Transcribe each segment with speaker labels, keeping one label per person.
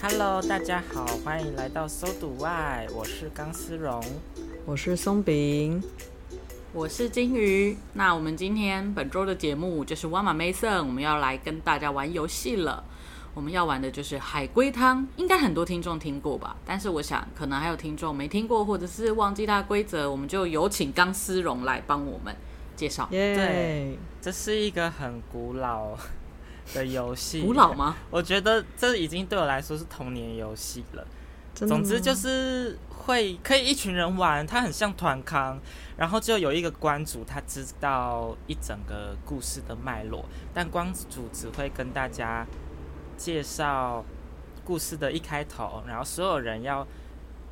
Speaker 1: Hello，大家好，欢迎来到搜赌外，我是钢丝绒。
Speaker 2: 我是松饼，
Speaker 3: 我是金鱼。那我们今天本周的节目就是《万马 Mason》，我们要来跟大家玩游戏了。我们要玩的就是海龟汤，应该很多听众听过吧？但是我想，可能还有听众没听过，或者是忘记它的规则，我们就有请钢丝绒来帮我们介绍。
Speaker 2: 耶
Speaker 1: 对！这是一个很古老的游戏，
Speaker 3: 古老？吗？
Speaker 1: 我觉得这已经对我来说是童年游戏了。
Speaker 2: 真的
Speaker 1: 总
Speaker 2: 吗
Speaker 1: 之就是会可以一群人玩，它很像团康，然后就有一个关主，他知道一整个故事的脉络，但关主只会跟大家介绍故事的一开头，然后所有人要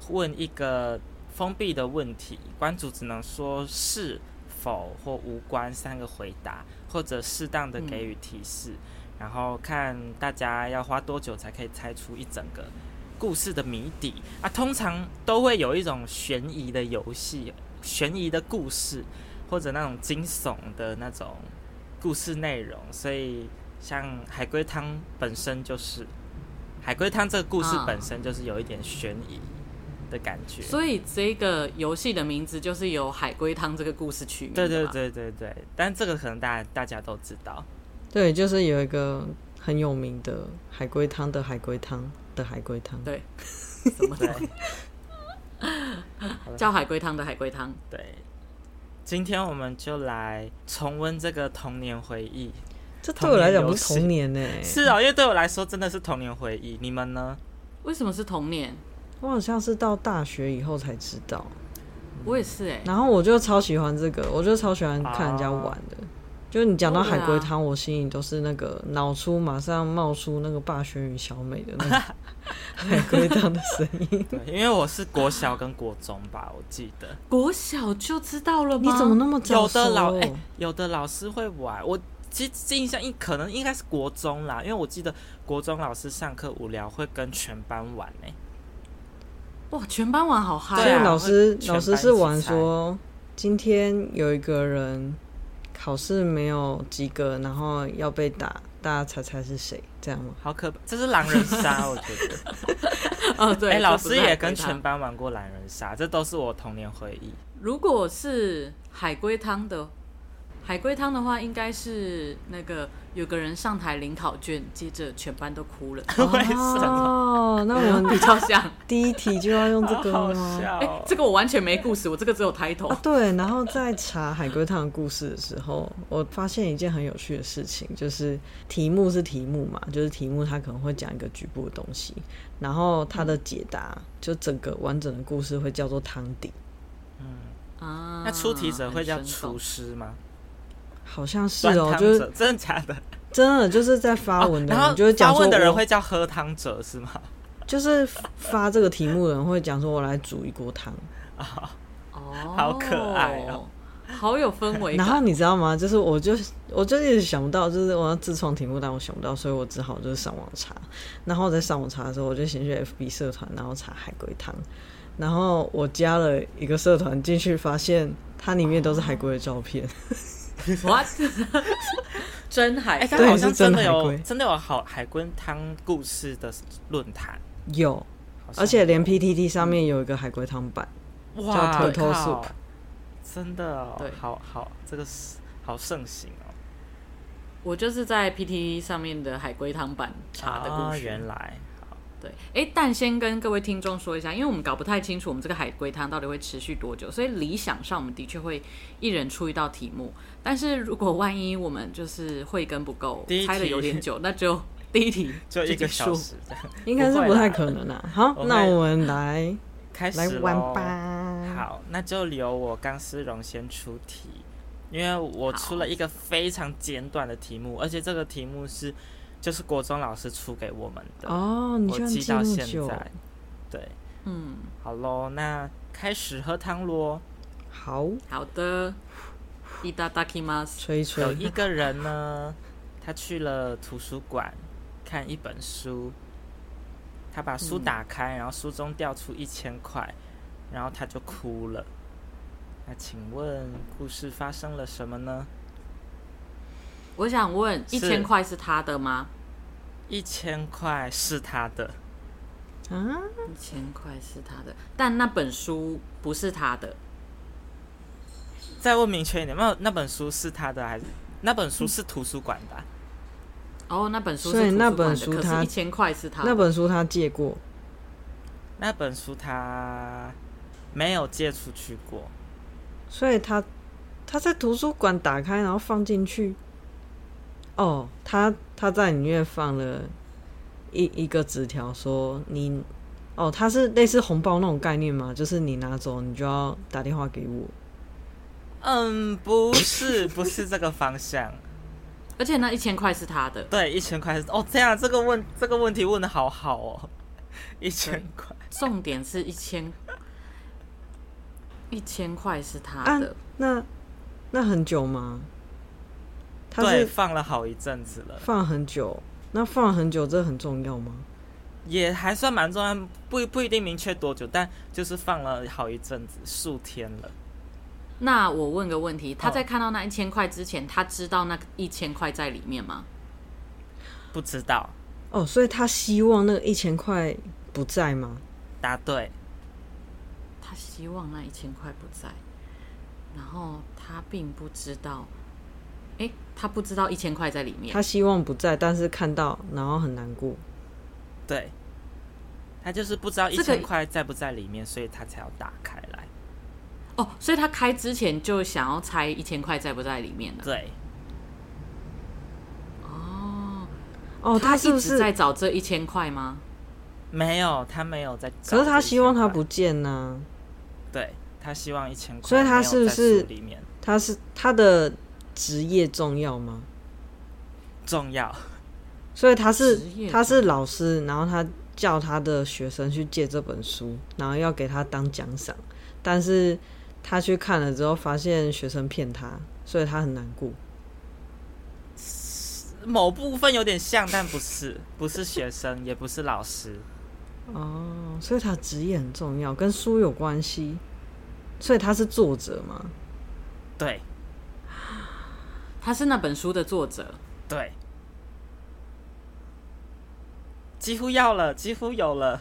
Speaker 1: 问一个封闭的问题，关主只能说是否或无关三个回答，或者适当的给予提示，然后看大家要花多久才可以猜出一整个故事的谜底啊。通常都会有一种悬疑的游戏、悬疑的故事，或者那种惊悚的那种故事内容，所以像海龟汤本身就是海龟汤这个故事
Speaker 3: 啊
Speaker 1: 本身就是有一点悬疑的感觉。
Speaker 3: 所以这个游戏的名字就是由海龟汤这个故事取名的
Speaker 1: 对
Speaker 3: 嘛。
Speaker 1: 对对对对，但这个可能大大家都知道。
Speaker 2: 对，就是有一个很有名的海龟汤的海龟汤的海龟汤，
Speaker 3: 对什么
Speaker 1: 对
Speaker 3: 的 叫海龟汤的海龟汤。
Speaker 1: 对，今天我们就来重温这个童年回忆。
Speaker 2: 这对我来
Speaker 1: 童年
Speaker 2: 讲
Speaker 1: 游
Speaker 2: 不
Speaker 1: 戏
Speaker 2: 是童年呢、
Speaker 1: 是啊、因为对我来说真的是童年回忆。你们呢？
Speaker 3: 为什么是童年？
Speaker 2: 我好像是到大学以后才知道，
Speaker 3: 我也是哎、
Speaker 2: 然后我就超喜欢这个，我就超喜欢看人家玩的。就是你讲到海龟汤，我心里都是那个脑出马上冒出那个霸轩与小美的那个 海龟汤的声音。
Speaker 1: 对，因为我是国小跟国中吧，我记得。
Speaker 3: 国小就知道了
Speaker 2: 你
Speaker 3: 吗？
Speaker 2: 怎么那么早
Speaker 1: 有的
Speaker 2: 熟哦
Speaker 1: 老哎、 有的老师会玩，我其实印象应可能应该是国中啦，因为我记得国中老师上课无聊会跟全班玩哎、
Speaker 3: 哇，全班玩好
Speaker 2: 所
Speaker 3: 嗨
Speaker 1: 对
Speaker 2: 以
Speaker 1: 啊
Speaker 2: 老师
Speaker 1: 会全
Speaker 2: 老师
Speaker 1: 班
Speaker 2: 是
Speaker 1: 一起
Speaker 2: 玩说，今天有一个人考试没有及格，然后要被打，大家猜猜是谁，这样吗？
Speaker 1: 好可怕，这是狼人杀，我觉得。
Speaker 3: 哦！对，
Speaker 1: 哎、
Speaker 3: 这
Speaker 1: 老
Speaker 3: 不
Speaker 1: 师
Speaker 3: 是海
Speaker 1: 也
Speaker 3: 龟
Speaker 1: 跟
Speaker 3: 汤
Speaker 1: 全。班玩过狼人杀，这都是我童年回忆。
Speaker 3: 如果是海龟汤的海龟汤的话，应该是那个有个人上台领考卷，接着全班都哭 了，
Speaker 1: 为什么？
Speaker 2: 哦，那我们
Speaker 3: 比 较像。
Speaker 2: 第一题就要用这个
Speaker 1: 好
Speaker 2: 吗？
Speaker 1: 笑、
Speaker 3: 哎、
Speaker 1: 哦
Speaker 3: 这个我完全没故事，我这个只有 title
Speaker 2: 啊，。对，然后在查海龟汤的故事的时候，我发现一件很有趣的事情，就是题目是题目嘛，就是题目它可能会讲一个局部的东西，然后它的解答就整个完整的故事会叫做汤底，
Speaker 3: 啊
Speaker 1: 那出题者会叫厨
Speaker 3: 很生
Speaker 1: 师吗？
Speaker 2: 好像是
Speaker 1: 端
Speaker 2: 哦，
Speaker 1: 汤
Speaker 2: 就是
Speaker 1: 者真的假 的？
Speaker 2: 真的就是在发文
Speaker 1: 哦
Speaker 2: 的
Speaker 1: 然
Speaker 2: 人，
Speaker 1: 后
Speaker 2: 就是讲
Speaker 1: 发
Speaker 2: 说
Speaker 1: 问的人
Speaker 2: 我
Speaker 1: 会叫喝汤者是吗？
Speaker 2: 就是发这个题目的人会讲说，我来煮一锅汤。
Speaker 3: 动哦，
Speaker 1: 好可爱哦，
Speaker 3: 好有氛围
Speaker 2: 然
Speaker 3: 感。
Speaker 2: 后你知道吗？就是我就我就一直想不到，就是我要自创题目，但我想不到，所以我只好就是上网查。然后我在上网查的时候，我就先去 FB 社团，然后查海龟汤。然后我加了一个社团进去，发现它里面都是海龟的照片。
Speaker 3: What？真海
Speaker 1: 哎、
Speaker 3: 龟
Speaker 1: 他
Speaker 2: 对
Speaker 1: 好像
Speaker 2: 是真
Speaker 1: 的
Speaker 2: 海
Speaker 1: 有
Speaker 2: 龟
Speaker 1: 真的有好海龟汤故事的论坛，
Speaker 2: 有，
Speaker 1: 好像
Speaker 2: 而且连 PTT 上面有一个海龟汤版。
Speaker 1: 哇
Speaker 2: 叫 Turtle
Speaker 1: 靠
Speaker 2: Soup
Speaker 1: 真的哦，
Speaker 3: 对
Speaker 1: 好好这个是好盛行哦，
Speaker 3: 我就是在 PT 上面的海龟汤版查的故
Speaker 1: 啊
Speaker 3: 事。
Speaker 1: 原来
Speaker 3: 对，哎，但先跟各位听众说一下，因为我们搞不太清楚我们这个海龟汤到底会持续多久，所以理想上我们的确会一人出一道题目，但是如果万一我们就是慧根不够
Speaker 1: 第一，题
Speaker 3: 猜的有点久，那 就第一题
Speaker 1: 就一个
Speaker 3: 结
Speaker 1: 小
Speaker 3: 束
Speaker 1: 时这样
Speaker 2: 应该是
Speaker 1: 不会
Speaker 2: 不太
Speaker 1: 啦
Speaker 2: 可能啦。好
Speaker 1: 我，
Speaker 2: 那
Speaker 1: 会
Speaker 2: 我们来
Speaker 1: 开始
Speaker 2: 来玩
Speaker 1: 咯
Speaker 2: 吧。
Speaker 1: 好，那就留我钢丝绒先出题，因为我出了一个非常简短的题目，而且这个题目是就是国中老师出给我们的，
Speaker 2: 哦，你
Speaker 1: 我
Speaker 2: 居然
Speaker 1: 记
Speaker 2: 记
Speaker 1: 到
Speaker 2: 那么
Speaker 1: 现
Speaker 2: 久。
Speaker 1: 在。对，
Speaker 3: 嗯，
Speaker 1: 好喽，那开始喝汤喽。
Speaker 2: 好，
Speaker 3: 好的。いただきます。
Speaker 2: 吹一吹
Speaker 1: 有。一个人呢，他去了图书馆看一本书，他把
Speaker 2: 嗯
Speaker 1: 书打开，然后书中掉出一千块，然后他就哭了。那请问故事发生了什么呢？
Speaker 3: 我想问，
Speaker 1: 是
Speaker 3: 一千块是他的吗？
Speaker 1: 一千块是他的，
Speaker 2: 啊，
Speaker 3: 一千块是他的，但那本书不是他的，
Speaker 1: 再问明确一点，那那本书是他的还是那本书是图书馆的啊、
Speaker 3: 哦，那本书
Speaker 2: 所以
Speaker 3: 是图书
Speaker 2: 那
Speaker 3: 馆
Speaker 2: 本
Speaker 3: 的
Speaker 2: 书
Speaker 3: 可
Speaker 2: 他
Speaker 3: 是一千块是他的
Speaker 2: 那本书他借过，
Speaker 1: 那本书他没有借出去过，
Speaker 2: 所以他他在图书馆打开，然后放进去。哦，他他在里面放了一一个纸条，说你哦，他是类似红包那种概念嘛，就是你拿走，你就要打电话给我。
Speaker 1: 嗯，不是， 不是这个方向。
Speaker 3: 而且那一千块是他的，
Speaker 1: 对，一千块是哦，这样这个问这个问题问的好好哦， 一千块。
Speaker 3: 重点是一千，一千块是他
Speaker 2: 啊
Speaker 3: 的，
Speaker 2: 那那很久吗？他
Speaker 1: 对，
Speaker 2: 是
Speaker 1: 放了好一阵子了，
Speaker 2: 放很久，那放很久这很重要吗？
Speaker 1: 也还算蛮重要，不不一定明确多久，但就是放了好一阵子，数天了。
Speaker 3: 那我问个问题，他在看到那一千块之前，他知道那一千块在里面吗？
Speaker 1: 不知道，
Speaker 2: 哦，所以他希望那个一千块不在吗？
Speaker 1: 答对，
Speaker 3: 他希望那一千块不在，然后他并不知道，诶，他不知道一千块在里面
Speaker 2: 他。希望不在，但是看到然后很难过。
Speaker 1: 对，他就是不知道一
Speaker 3: 这个
Speaker 1: 千块在不在里面，所以他才要打开来。
Speaker 3: 哦，所以他开之前就想要猜一千块在不在里
Speaker 2: 嗯
Speaker 3: 面呢？
Speaker 1: 对，
Speaker 3: 哦，
Speaker 2: 哦，
Speaker 3: 他
Speaker 2: 是
Speaker 3: 一
Speaker 2: 不
Speaker 3: 直
Speaker 2: 是？
Speaker 3: 在找这一千块吗？
Speaker 1: 没有，他没有在找这
Speaker 2: 可
Speaker 1: 一千块。
Speaker 2: 是他希望他不见啊呐、
Speaker 1: 对，他希望一千块，
Speaker 2: 所以他
Speaker 1: 没有
Speaker 2: 是不
Speaker 1: 在数
Speaker 2: 是
Speaker 1: 里面
Speaker 2: 他是他的职业重要吗？
Speaker 1: 重要？
Speaker 2: 所以他是
Speaker 3: 职业
Speaker 2: 他是
Speaker 3: 重
Speaker 2: 老师，然后他叫他的学生去借这本书，然后要给他当奖赏，但是他去看了之后，发现学生骗他，所以他很难过。
Speaker 1: 某部分有点像，但不是，不是学生，也不是老师。
Speaker 2: 哦，所以他职业很重要，跟书有关系，所以他是作者嘛？
Speaker 1: 对
Speaker 3: 他是那本书的作者，
Speaker 1: 对，几乎要了，几乎有了。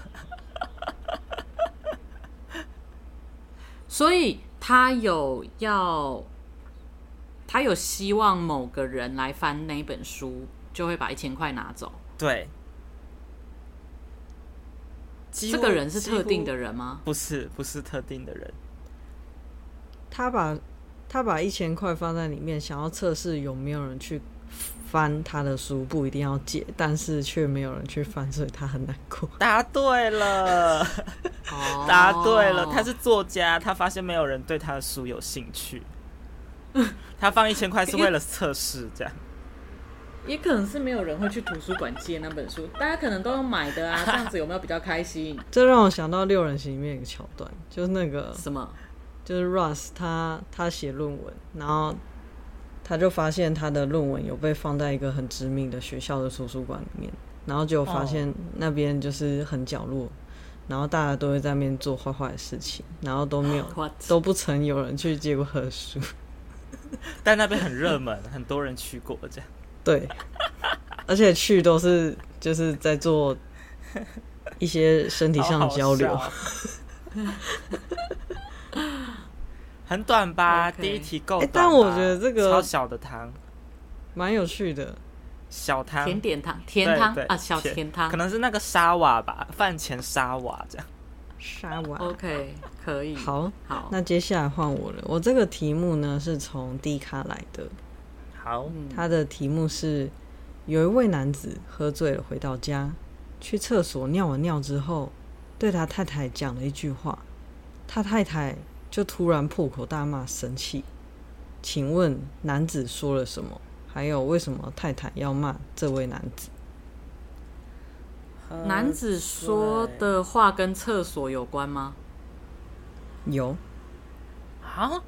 Speaker 3: 所以他有要，他有希望某个人来翻那本书，就会把一千块拿走。
Speaker 1: 对，几
Speaker 3: 这
Speaker 1: 乎
Speaker 3: 个人是特定，
Speaker 1: 几
Speaker 3: 的人吗
Speaker 1: 乎？不是不是特定的人。
Speaker 2: 他把他把一千块放在里面，想要测试有没有人去翻他的书，不一定要借，但是却没有人去翻，所以他很难过。
Speaker 1: 答对了，
Speaker 3: 哦
Speaker 1: 答对了，他是作家，他发现没有人对他的书有兴趣。他放一千块是为了测试，这样
Speaker 3: 也可能是没有人会去图书馆借那本书，大家可能都要买的啊，这样子有没有比较开心？
Speaker 2: 这让我想到《六人行》里面有个桥段，就是那个
Speaker 3: 什么？
Speaker 2: 就是 Russ 他他写论文，然后他就发现他的论文有被放在一个很知名的学校的图书馆里面，然后结果发现那边就是很角落，然后大家都会在那边做坏坏的事情，然后都没有
Speaker 3: What？
Speaker 2: 都不曾有人去借过他的书。
Speaker 1: 但那边很热 门，很多人去过，这样。
Speaker 2: 对， 而且去都是就是在做一些身体上的交流。
Speaker 1: 好好笑很短吧
Speaker 3: OK
Speaker 1: 第一题够短
Speaker 2: 欸
Speaker 1: 吧、
Speaker 2: 但我觉得这个
Speaker 1: 超小的汤，
Speaker 2: 蛮有趣 的。
Speaker 1: 小汤
Speaker 3: 甜点汤、甜汤
Speaker 1: 对对
Speaker 3: 啊，小甜汤
Speaker 1: 可。能是那个沙瓦吧，饭前沙瓦这样。
Speaker 2: 沙瓦
Speaker 3: OK，可以。
Speaker 2: 好，
Speaker 3: 好，
Speaker 2: 那接下来换我了。我这个题目呢是从 D 卡来的，
Speaker 1: 好，
Speaker 2: 它的题目是有一位男子喝醉了回到家，去厕所尿完尿之后，对他太太讲了一句话，他太太就突然破口大骂，生气。请问男子说了什么？还有为什么太太要骂这位男子？
Speaker 3: 男子说的话跟厕所有关吗？
Speaker 2: 有
Speaker 1: 啊，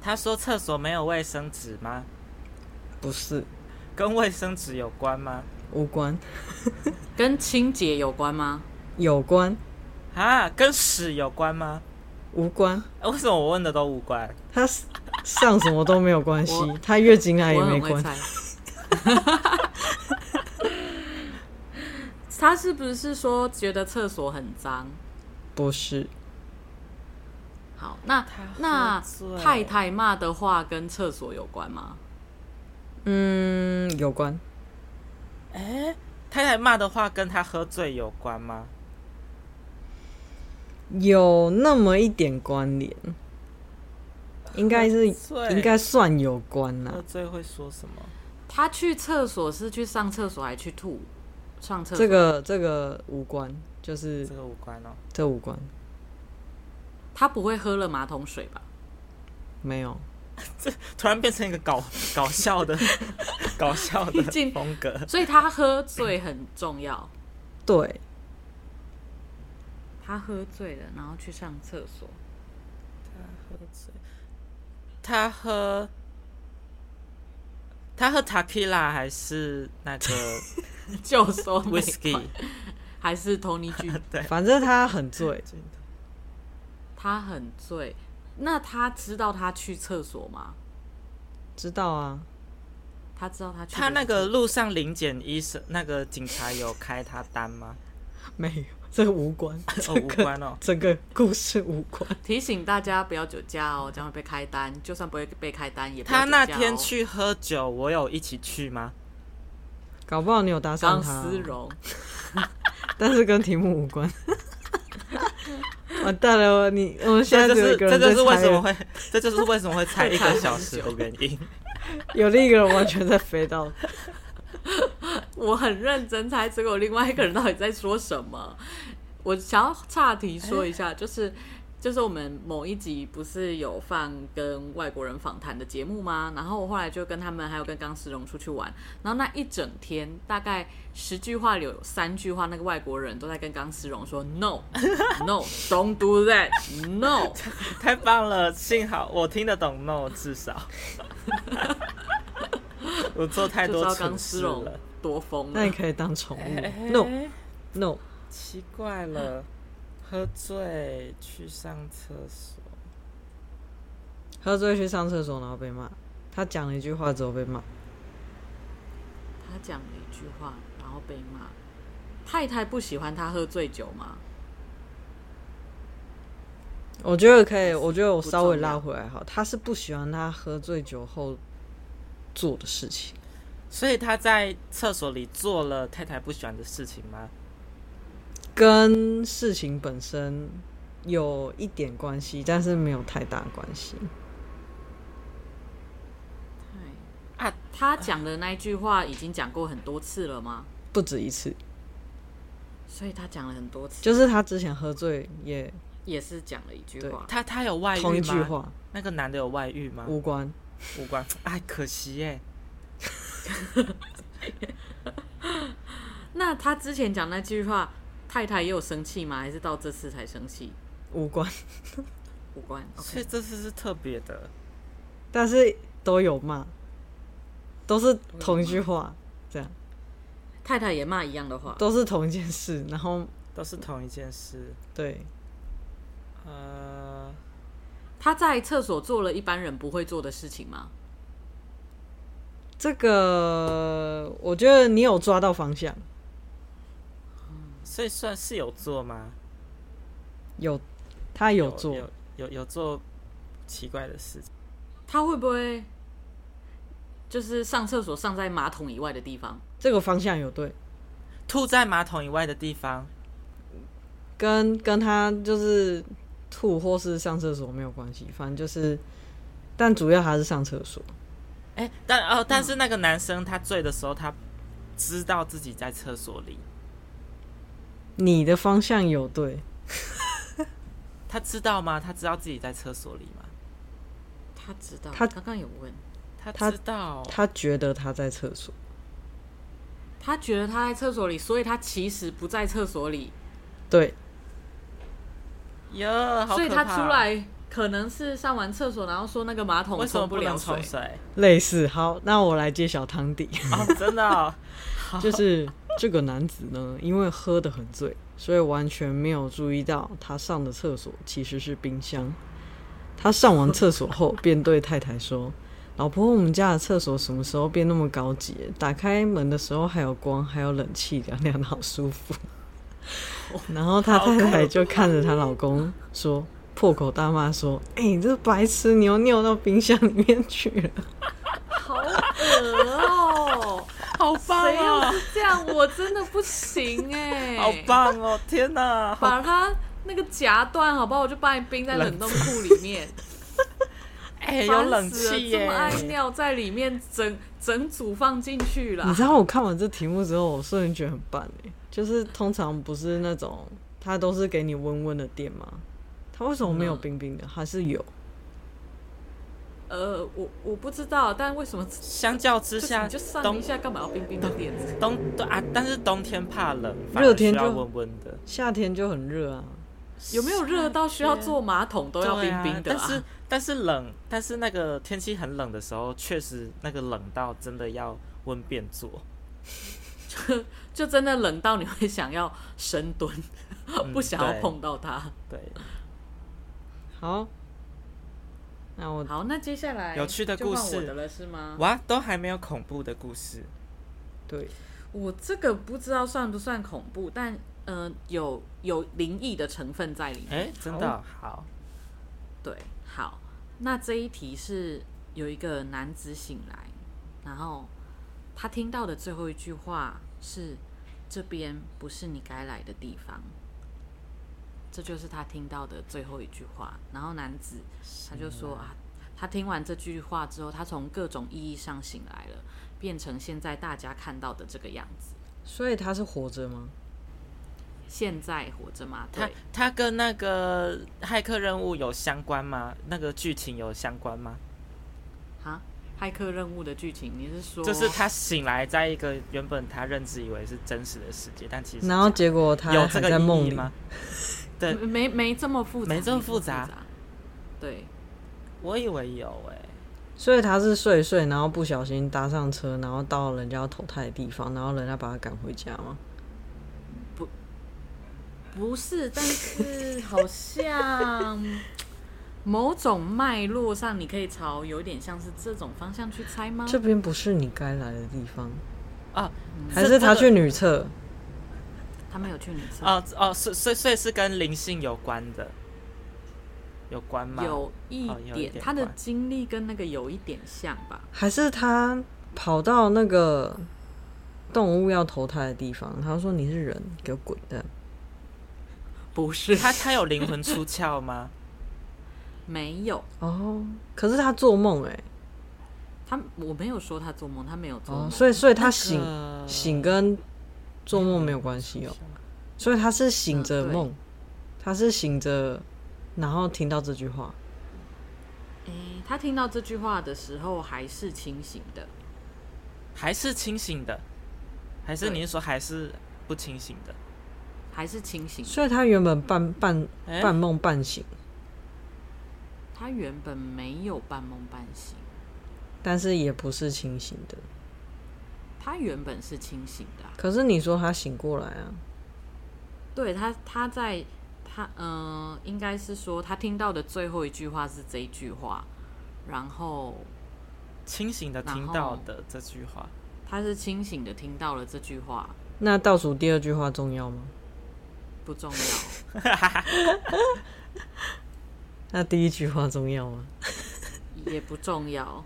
Speaker 1: 他说厕所没有卫生纸吗？
Speaker 2: 不是
Speaker 1: 跟卫生纸有关吗？
Speaker 2: 无关，
Speaker 3: 跟清洁有关吗？
Speaker 2: 有关
Speaker 1: 啊，跟屎有关吗？
Speaker 2: 无关，
Speaker 1: 欸为什么我问的都无关？
Speaker 2: 他上什么都没有关系
Speaker 3: 我，
Speaker 2: 他月经来也
Speaker 3: 我
Speaker 2: 没
Speaker 3: 很会
Speaker 2: 关。
Speaker 3: 猜。 他是不是说觉得厕所很脏？
Speaker 2: 不是，
Speaker 3: 好，那
Speaker 1: 他喝
Speaker 3: 那
Speaker 1: 醉
Speaker 3: 太太骂的话跟厕所有关吗？
Speaker 2: 嗯，有关，
Speaker 1: 哎，太太骂的话跟他喝醉有关吗？
Speaker 2: 有那么一点关联，应该是
Speaker 1: 喝醉
Speaker 2: 应该算有关啦
Speaker 1: 喝。醉会说什么？
Speaker 3: 他去厕所是去上厕所还去吐？上厕所
Speaker 2: 这个这个无关，就是
Speaker 1: 这个无关哦。
Speaker 2: 这无关，
Speaker 3: 他不会喝了马桶水吧？
Speaker 2: 没有。
Speaker 1: 突然变成一个搞搞笑 的搞笑的
Speaker 3: 毕竟
Speaker 1: 风格，
Speaker 3: 所以他喝醉很重要。
Speaker 2: 对，
Speaker 3: 他喝醉了，然后去上厕所。
Speaker 1: 他喝他喝 tequila 还是那 个
Speaker 3: 就说美
Speaker 1: whisky？
Speaker 3: 还是 Tony G，
Speaker 1: 对，
Speaker 2: 反正他很醉，
Speaker 3: 他很醉。那他知道他去厕所吗？
Speaker 2: 知道啊。
Speaker 3: 他知道他去
Speaker 1: 他那
Speaker 3: 厕
Speaker 1: 个
Speaker 3: 所
Speaker 1: 路上临检医生那个警察有开他单吗？
Speaker 2: 没有，这个无关，这
Speaker 1: 哦，
Speaker 2: 个
Speaker 1: 无关哦。
Speaker 2: 整个故事无关。
Speaker 3: 提醒大家不要酒驾哦，这样会被开单。就算不会被开单，也不要
Speaker 1: 他那
Speaker 3: 酒驾哦
Speaker 1: 天去喝酒，我有一起去吗？
Speaker 2: 搞不好你有搭上
Speaker 3: 张
Speaker 2: 他啊，
Speaker 3: 思荣，
Speaker 2: 但是跟题目无关。 完蛋了，你我们现在
Speaker 1: 这
Speaker 2: 只
Speaker 1: 就
Speaker 2: 有
Speaker 1: 是
Speaker 2: 一个
Speaker 1: 这
Speaker 2: 人
Speaker 1: 就
Speaker 2: 在
Speaker 1: 是为
Speaker 2: 猜
Speaker 1: 什么
Speaker 2: 了，
Speaker 1: 会， 这就是为什么会猜 一个小时的原因。
Speaker 2: 有另一个人完全在飞到。
Speaker 3: 我很认真猜，结果另外一个人到底在说什么？我想要岔题说一
Speaker 1: 哎
Speaker 3: 下，就是就是我们某一集不是有放跟外国人访谈的节目吗？然后我后来就跟他们还有跟钢丝绒出去玩，然后那一整天大概十句话里有三句话，那个外国人都在跟钢丝绒说 “no no don't do that no”，
Speaker 1: 太棒了，幸好我听得懂 no，至少 我做太
Speaker 3: 就知
Speaker 1: 多
Speaker 3: 道
Speaker 1: 蠢
Speaker 3: 钢丝
Speaker 1: 事
Speaker 3: 绒
Speaker 1: 了，
Speaker 3: 多疯
Speaker 2: 那
Speaker 3: 了
Speaker 2: 你。可以当宠物。No No，
Speaker 1: 奇怪了，喝醉去上厕所，
Speaker 2: 喝醉去上厕所，然后被骂。他讲了一句话之后被骂，
Speaker 3: 他讲了一句话，然后被骂。太太不喜欢他喝醉酒吗？
Speaker 2: 我觉得可以，我觉得我
Speaker 3: 不
Speaker 2: 稍微
Speaker 3: 重要
Speaker 2: 拉回来好。他是不喜欢他喝醉酒后做的事情，
Speaker 1: 所以他在厕所里做了太太不喜欢的事情吗？
Speaker 2: 跟事情本身有一点关系，但是没有太大关系。
Speaker 3: 啊，他讲的那一句话已经讲过很多次了吗？
Speaker 2: 不止一次，
Speaker 3: 所以他讲了很多次，
Speaker 2: 就是他之前喝醉也
Speaker 3: 也是讲了一句话。
Speaker 1: 他他有外遇吗？
Speaker 2: 同一句话
Speaker 1: 那个男的有外遇吗？
Speaker 2: 无关。
Speaker 1: 无关，哎，可惜耶。
Speaker 3: 那他之前讲那句话，太太也有生气吗？还是到这次才生气？
Speaker 2: 无关，
Speaker 3: 无关。
Speaker 1: 所
Speaker 3: OK，
Speaker 1: 以这次是特别的，
Speaker 2: 但是都有骂，都是同一句话，这样
Speaker 3: 太太也骂一样的话。
Speaker 2: 都是同一件事。然后
Speaker 1: 都是同一件事。
Speaker 2: 对，
Speaker 1: 呃，
Speaker 3: 他在厕所做了一般人不会做的事情吗？
Speaker 2: 这个我觉得你有抓到方向，
Speaker 1: 所以算是有做吗？
Speaker 2: 有他有做，
Speaker 1: 有有有做奇怪的事情，
Speaker 3: 他会不会就是上厕所上在马桶以外的地方？
Speaker 2: 这个方向有对，
Speaker 1: 吐在马桶以外的地方，
Speaker 2: 跟跟他就是吐或是上厕所没有关系，反正就是，但主要还是上厕所。
Speaker 1: 哎、但
Speaker 3: 嗯
Speaker 1: 哦，但是那个男生他醉的时候，他知道自己在厕所里，
Speaker 2: 你的方向有对，
Speaker 1: 他知道吗？他知道自己在厕所里吗？
Speaker 3: 他知道，
Speaker 2: 他
Speaker 3: 刚刚有问，
Speaker 1: 他
Speaker 2: 他
Speaker 1: 知道，
Speaker 2: 他觉得他在厕所，
Speaker 3: 他觉得他在厕所里，所以他其实不在厕所里，
Speaker 2: 对，
Speaker 1: 哟，好可怕
Speaker 3: 所以他出来可能是上完厕所，然后说那个马桶
Speaker 1: 为什么
Speaker 3: 冲
Speaker 1: 不
Speaker 3: 了
Speaker 1: 能
Speaker 3: 水
Speaker 1: 冲。水？
Speaker 2: 类似。好，那我来揭晓汤底。
Speaker 1: 哦，真的、 哦，
Speaker 2: 就是这个男子呢，因为喝得很醉，所以完全没有注意到他上的厕所其实是冰箱。他上完厕所后，便对太太说：“ 老婆，我们家的厕所什么时候变那么高级了？打开门的时候还有光，还有冷气，凉凉的好舒服。然后她太太就看着她老公说，破口大骂说：“哎、你这白痴，你又尿到冰箱里面去了。”
Speaker 3: 好恶哦、
Speaker 1: 好棒
Speaker 3: 谁要
Speaker 1: 哦，
Speaker 3: 是这样，我真的不行哎、
Speaker 1: 好棒哦，天哪，好
Speaker 3: 把它那个夹断，好不好？我就把你冰在冷冻库里面。
Speaker 1: 哎、 有
Speaker 3: 烦
Speaker 1: 冷
Speaker 3: 死了
Speaker 1: 气
Speaker 3: 这
Speaker 1: 耶
Speaker 3: 么，爱尿在里面，整整组放进去
Speaker 2: 你
Speaker 3: 了
Speaker 2: 知。
Speaker 1: 嗯
Speaker 2: 道我看完这题目之后，我瞬间觉得很棒哎、就是通常不是那种它都是给你温温的店吗？它为什么没有冰冰的？还是有？
Speaker 3: 呃，我我不知道，但为什么
Speaker 1: 相较之
Speaker 3: 就是
Speaker 1: 下，
Speaker 3: 你就上
Speaker 1: 冬
Speaker 3: 一下干嘛要冰冰的垫子？
Speaker 1: 冬冬啊，但是冬天怕冷，反
Speaker 2: 热
Speaker 1: 而需
Speaker 2: 天
Speaker 1: 要
Speaker 2: 就
Speaker 1: 温温的，
Speaker 2: 夏天就很热啊，
Speaker 3: 有没有热到需要坐马桶都要
Speaker 1: 啊对
Speaker 3: 冰冰的、
Speaker 1: 啊。但是但是冷，但是那个天气很冷的时候，确实那个冷到真的要温便做。
Speaker 3: 就真的冷到你会想要深蹲，
Speaker 1: 嗯
Speaker 3: 不想要
Speaker 1: 对
Speaker 3: 碰到它。
Speaker 1: 对，
Speaker 3: 啊
Speaker 2: 好，那我
Speaker 3: 好，那接下来
Speaker 1: 有趣的
Speaker 3: 就换
Speaker 1: 故事
Speaker 3: 我的了是吗？
Speaker 1: 哇，都还没有恐怖的故事。
Speaker 2: 对
Speaker 3: 我这个不知道算不算恐怖，但呃，有有灵异的成分在里面。
Speaker 1: 哎、真的哦好，
Speaker 3: 对，好，那这一题是有一个男子醒来，然后他听到的最后一句话是：“这边不是你该来的地方。”这就是他听到的最后一句话。然后男子他就说啊，他听完这句话之后，他从各种意义上醒来了，变成现在大家看到的这个样子。
Speaker 2: 所以它是活着吗？
Speaker 3: 现在活着吗？
Speaker 1: 它
Speaker 3: 对，
Speaker 1: 它跟那个骇客任务有相关吗？那个剧情有相关吗？
Speaker 3: 哈，骇客任务的剧情，你是说
Speaker 1: 就是他醒来在一个原本他认知以为是真实的世界，但其实
Speaker 2: 然后结果它
Speaker 1: 有
Speaker 2: 还
Speaker 1: 这
Speaker 2: 在
Speaker 1: 个
Speaker 2: 梦
Speaker 1: 意义
Speaker 2: 里
Speaker 1: 吗？？对，
Speaker 3: 没没这么复杂，
Speaker 1: 没这么复
Speaker 3: 杂
Speaker 1: 杂。
Speaker 3: 对，
Speaker 1: 我以为有哎、
Speaker 2: 所以它是睡一睡，然后不小心搭上车，然后到人家要投胎的地方，然后人家把它赶回家吗？
Speaker 3: 不是，但是 好像某种脉络上，你可以朝有点像是这种方向去猜吗？
Speaker 2: 这边不是你该来的地方，
Speaker 1: 啊，
Speaker 2: 还是他
Speaker 1: 这
Speaker 2: 去女厕？
Speaker 3: 他没有去你测，
Speaker 1: 哦哦，所所以所以是跟灵性有关的，有关吗？
Speaker 3: 有一
Speaker 1: 哦有一
Speaker 3: 点，
Speaker 1: 点
Speaker 3: 他的
Speaker 1: 关
Speaker 3: 经历跟那个有一点像吧？
Speaker 2: 还是他跑到那个动物要投胎的地方，他说你是人，给我滚的。
Speaker 3: 不是，
Speaker 1: 他他有灵魂出窍 吗？
Speaker 3: 没有，
Speaker 2: 哦，可是他做梦哎、
Speaker 3: 他我没有说他做梦，他没有做
Speaker 2: 哦
Speaker 3: 梦，，
Speaker 2: 所以所以他醒、
Speaker 1: 呃
Speaker 2: 醒跟做梦没有关系嗯哦，所以他是醒着梦，他是醒着，然后听到这句话，
Speaker 3: 诶他听到这句话的时候还是清醒的，
Speaker 1: 还是清醒的，还是
Speaker 3: 对
Speaker 1: 你是说还是不清醒的？
Speaker 3: 还是清醒的。
Speaker 2: 所以他原本半半
Speaker 1: 哎
Speaker 2: 半梦半醒，
Speaker 3: 他原本没有半梦半醒，
Speaker 2: 但是也不是清醒的。
Speaker 3: 他原本是清醒的啊、
Speaker 2: 可是你说他醒过来啊，
Speaker 3: 对他，他在他嗯、呃，应该是说他听到的最后一句话是这一句话，然后
Speaker 1: 清醒的
Speaker 3: 然
Speaker 1: 听到
Speaker 3: 后
Speaker 1: 的这句话，
Speaker 3: 他是清醒的听到了这句话，
Speaker 2: 那倒数第二句话重要吗？
Speaker 3: 不重要，
Speaker 2: 那第一句话重要吗？
Speaker 3: 也不重要，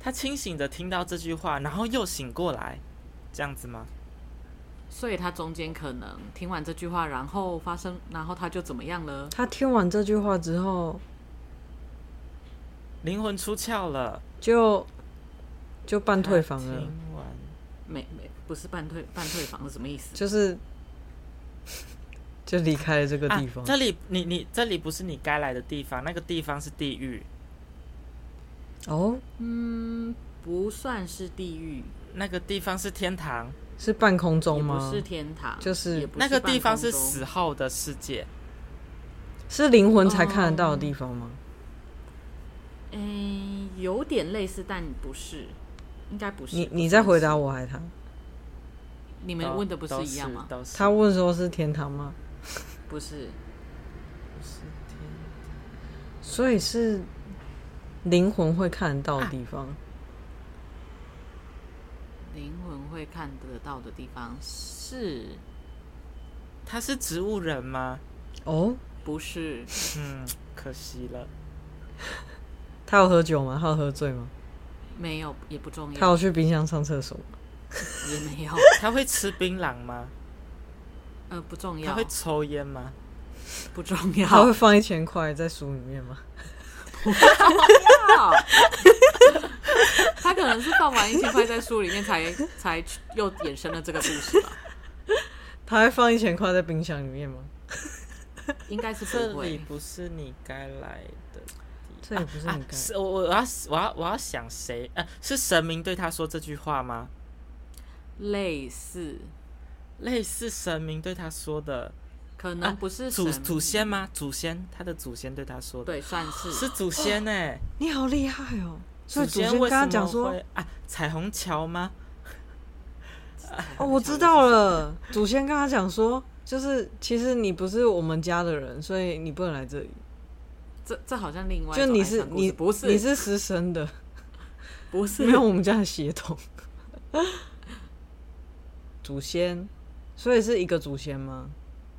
Speaker 1: 他清醒的听到这句话，然后又醒过来，这样子吗？
Speaker 3: 所以他中间可能听完这句话，然后发生，然后他就怎么样了？
Speaker 2: 他听完这句话之后，
Speaker 1: 灵魂出窍了，
Speaker 2: 就就半退房
Speaker 1: 他
Speaker 2: 了
Speaker 1: 听，完
Speaker 3: 没没，不是半退半退房是什么意思？
Speaker 2: 就是就离开了这个地方。
Speaker 1: 啊、这里你你这里不是你该来的地方，那个地方是地狱，
Speaker 2: 哦，
Speaker 3: 嗯，不算是地狱，
Speaker 1: 那个地方是天堂，
Speaker 2: 是半空
Speaker 3: 也
Speaker 2: 中
Speaker 3: 不
Speaker 2: 吗
Speaker 3: 是？天堂，
Speaker 2: 就是
Speaker 3: 也不
Speaker 1: 那个
Speaker 3: 半
Speaker 1: 地方
Speaker 3: 空
Speaker 1: 是
Speaker 3: 中
Speaker 1: 死后的世界。
Speaker 2: 是灵魂才看得到的地方吗？
Speaker 3: 嗯，有点类似，但不是，应该不是。
Speaker 2: 你
Speaker 3: 不
Speaker 2: 你
Speaker 3: 算
Speaker 2: 在回
Speaker 3: 是
Speaker 2: 答，我还是他？
Speaker 1: 你
Speaker 3: 你们问的不是一样吗？
Speaker 1: 都是
Speaker 2: 他问说是天堂吗？
Speaker 3: 不是，
Speaker 1: 不是天
Speaker 2: 所以是灵魂会看得到的地方。
Speaker 3: 灵魂会看得到的地方是
Speaker 1: 他是植物人吗？
Speaker 2: 哦，
Speaker 3: 不是？
Speaker 1: 嗯，可惜了。
Speaker 2: 他有喝酒吗？他有喝醉吗？
Speaker 3: 没有，也不重
Speaker 2: 他
Speaker 3: 要，
Speaker 2: 有去冰箱上厕所吗？
Speaker 3: 也没有，
Speaker 1: 他会吃槟榔吗？
Speaker 3: 呃，不重
Speaker 1: 他
Speaker 3: 要
Speaker 1: 会，抽烟吗？
Speaker 3: 不重要，
Speaker 2: 他会放一千块在书里面吗？
Speaker 3: 靠他可能是放完一千块在书里面才才又衍生了这个故事吧，
Speaker 2: 他会放一千块在冰箱里面吗？
Speaker 3: 应该是
Speaker 1: 这
Speaker 3: 不
Speaker 1: 里
Speaker 3: 会。
Speaker 1: 不是你该来的。
Speaker 2: 这也不是
Speaker 1: 啊
Speaker 2: 你，干。
Speaker 1: 是我我要我要我要想谁？呃，是神明对他说这句话吗？
Speaker 3: 类似，
Speaker 1: 类似神明对他说的，
Speaker 3: 可能不是神
Speaker 1: 啊祖祖先吗？祖先，他的祖先对他说的，
Speaker 3: 对，哦算是
Speaker 1: 是祖先呢、
Speaker 2: 你好厉害哦！所以祖先
Speaker 1: 为
Speaker 2: 跟
Speaker 1: 什
Speaker 2: 他
Speaker 1: 么
Speaker 2: 讲说
Speaker 1: 会啊，彩虹桥吗？：“
Speaker 2: 哦，我知道了。”祖先跟他讲说：“就是其实你不是我们家的人，所以你不能来这里。
Speaker 3: 这这好像另外一
Speaker 2: 就
Speaker 3: 种
Speaker 2: 你
Speaker 3: 爱
Speaker 2: 是
Speaker 3: 情故
Speaker 2: 你
Speaker 3: 事不是
Speaker 2: 你是私生的，
Speaker 3: 不是
Speaker 2: 没有我们家的血统。祖先，所以是一个祖先吗？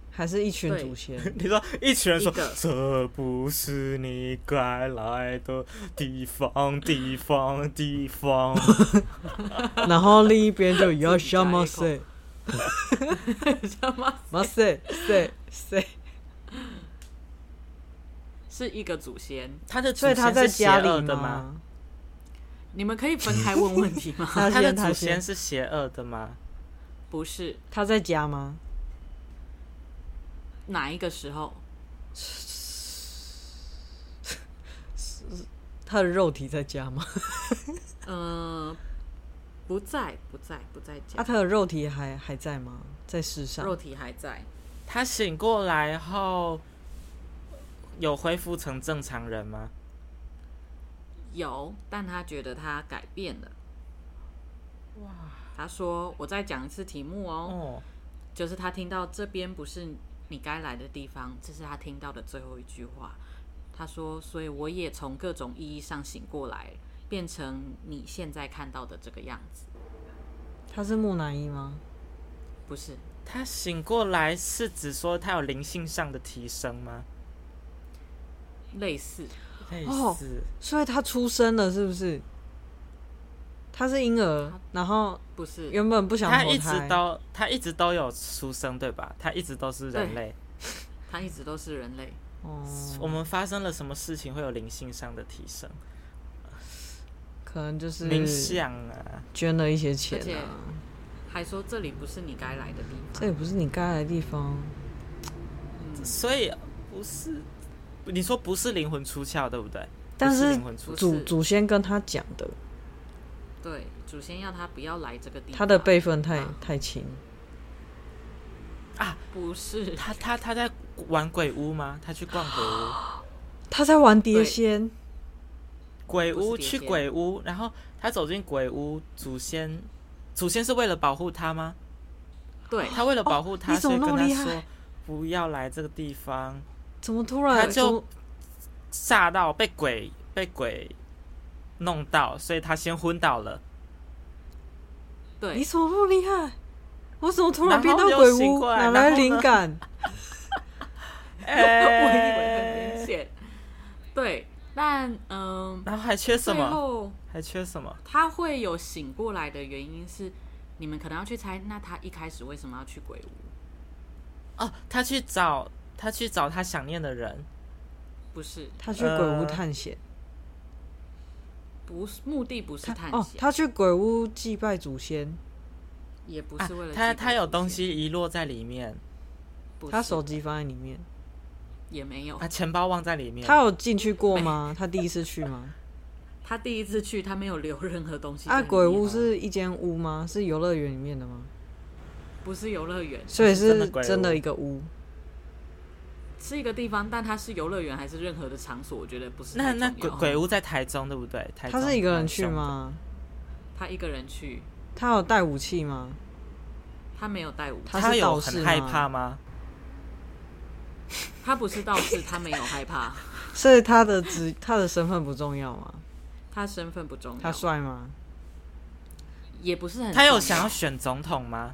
Speaker 2: 还是一群
Speaker 3: 对
Speaker 2: 祖先？
Speaker 1: 你说一群人说
Speaker 3: 一个
Speaker 1: 这不是你该来的地方，地方，地方。
Speaker 2: 然后另一边就要什么
Speaker 3: 自己
Speaker 2: 塞
Speaker 3: 什么？
Speaker 2: 马塞塞塞，
Speaker 3: 是一个祖先？
Speaker 1: 他的祖
Speaker 2: 所以他
Speaker 1: 先
Speaker 2: 在
Speaker 1: 是邪
Speaker 2: 家
Speaker 1: 恶
Speaker 2: 里
Speaker 1: 的吗？
Speaker 2: 吗？
Speaker 3: 你们可以分开问问题吗？
Speaker 2: 他
Speaker 1: 他的
Speaker 2: 先
Speaker 1: 祖
Speaker 2: 他
Speaker 1: 先
Speaker 2: 先
Speaker 1: 是邪恶的吗？
Speaker 3: 不是
Speaker 2: 他在家吗？
Speaker 3: 哪一个时候？
Speaker 2: 他的肉体在家吗？
Speaker 3: 嗯、不在，不在，不在
Speaker 2: 啊，
Speaker 3: 家，
Speaker 2: 他的肉体还还在吗？在世上？
Speaker 3: 肉体还在，
Speaker 1: 他醒过来后有恢复成正常人吗？
Speaker 3: 有，但他觉得他改变了。哇！他说：“我再讲一次题目哦，
Speaker 1: 哦，
Speaker 3: 就是他听到这边不是你该来的地方，这是他听到的最后一句话。他说：‘所以我也从各种意义上醒过来，变成你现在看到的这个样子。
Speaker 2: 他是木乃伊吗？’
Speaker 3: 不是，
Speaker 1: 他醒过来是指说他有灵性上的提升吗？
Speaker 3: 类似，
Speaker 1: 类
Speaker 2: 哦
Speaker 1: 似，
Speaker 2: 所以他出生了，是不是？他是婴儿，然后
Speaker 3: 不是，
Speaker 2: 原本不想
Speaker 1: 他
Speaker 2: 投
Speaker 1: 一直
Speaker 2: 胎，
Speaker 1: 都他一直都有出生对吧？他一直都是人
Speaker 3: 对
Speaker 1: 类。
Speaker 3: 他一直都是人类。
Speaker 2: 哦，
Speaker 1: 我们发生了什么事情会有灵性上的提升？
Speaker 2: 可能就是
Speaker 1: 冥想啊，
Speaker 2: 捐了一些钱
Speaker 3: 而且
Speaker 2: 啊，
Speaker 3: 还说这里不是你该来的地
Speaker 2: 这
Speaker 3: 方。
Speaker 2: 也不是你该来的地方。
Speaker 1: 所以不是你说不是灵魂出窍对不对？
Speaker 2: 但
Speaker 1: 不是
Speaker 2: 是
Speaker 1: 灵魂出
Speaker 3: 不
Speaker 1: 窍，
Speaker 3: 是
Speaker 2: 祖祖先跟他讲的，
Speaker 3: 对，祖先要他不要来这个地方。
Speaker 2: 他的辈分太
Speaker 1: 嗯
Speaker 3: 啊
Speaker 2: 太轻，
Speaker 3: 不是，
Speaker 1: 他他他在玩鬼屋吗？他去逛鬼屋。
Speaker 2: 他在玩碟
Speaker 3: 对
Speaker 2: 仙，
Speaker 1: 鬼
Speaker 3: 不是
Speaker 1: 屋
Speaker 3: 碟
Speaker 1: 去
Speaker 3: 仙
Speaker 1: 鬼屋，然后他走进鬼屋，祖先祖先是为了保护他吗？
Speaker 3: 对，
Speaker 1: 他为了保护他，
Speaker 2: 你怎
Speaker 1: 所以
Speaker 2: 么
Speaker 1: 跟
Speaker 2: 那
Speaker 1: 他
Speaker 2: 么厉
Speaker 1: 说
Speaker 2: 害
Speaker 1: 不要来这个地方，
Speaker 2: 怎么突
Speaker 1: 他
Speaker 2: 然
Speaker 1: 就
Speaker 2: 怎
Speaker 1: 吓到被鬼被鬼弄到，所以他先昏倒了，
Speaker 2: 么你
Speaker 3: 对，
Speaker 2: 怎么那么厉害？我怎么突
Speaker 1: 然
Speaker 2: 然
Speaker 1: 后
Speaker 2: 变到
Speaker 1: 又
Speaker 2: 鬼
Speaker 1: 醒
Speaker 2: 屋？
Speaker 1: 过来
Speaker 2: 哪
Speaker 1: 然
Speaker 2: 来
Speaker 1: 后
Speaker 2: 灵
Speaker 1: 呢
Speaker 2: 感？
Speaker 3: 我以
Speaker 1: 哎
Speaker 3: 为很明显。对，但嗯，
Speaker 1: 然后还缺什
Speaker 3: 最
Speaker 1: 么？
Speaker 3: 后
Speaker 1: 还缺什么？
Speaker 3: 他会有醒过来的原因是，你们可能要去猜，那他一开始为什么要去鬼屋？
Speaker 1: 哦，他去找他去找他想念的人，
Speaker 3: 不是，
Speaker 2: 他去鬼屋
Speaker 1: 呃
Speaker 2: 探险。
Speaker 3: 不是目的不是探
Speaker 2: 哦，
Speaker 3: 险，
Speaker 2: 他去鬼屋祭拜祖先，
Speaker 3: 也不
Speaker 1: 啊
Speaker 3: 是为了、
Speaker 1: 他他有东，西遗落在里面，
Speaker 3: 不是
Speaker 2: 他手机放在里面。
Speaker 3: 也没有。
Speaker 1: 啊，钱包忘在里面，
Speaker 2: 他有进去过吗？他第一次去吗？
Speaker 3: 他第一次去，他没有留任何东西在
Speaker 2: 啊，
Speaker 3: 里面。
Speaker 2: 鬼屋是一间屋吗？是游乐园里面的吗？
Speaker 3: 不是游乐园？
Speaker 2: 所以
Speaker 1: 是真的
Speaker 2: 是
Speaker 1: 鬼屋
Speaker 2: 真的一个屋。
Speaker 3: 是一个地方，但它是游乐园还是任何的场所，我觉得不是
Speaker 1: 那
Speaker 3: 太
Speaker 1: 那
Speaker 3: 重
Speaker 1: 鬼
Speaker 3: 要哦
Speaker 1: 鬼屋在台中对不对？台
Speaker 2: 他
Speaker 1: 中
Speaker 2: 是一个人
Speaker 1: 蛮
Speaker 2: 去
Speaker 1: 凶的？
Speaker 2: 吗？
Speaker 3: 他一个人去，
Speaker 2: 他有带武器吗？
Speaker 3: 他没有带武器，
Speaker 2: 他
Speaker 1: 他
Speaker 2: 是
Speaker 1: 有
Speaker 2: 道士
Speaker 1: 很害
Speaker 2: 吗
Speaker 1: 怕吗？
Speaker 3: 他不是道士，他没有害怕，
Speaker 2: 所以他的职 他的身份不重要吗？
Speaker 3: 他身份不重要，
Speaker 2: 他帅吗？
Speaker 3: 也不是很重要。
Speaker 1: 他有想要选总统吗？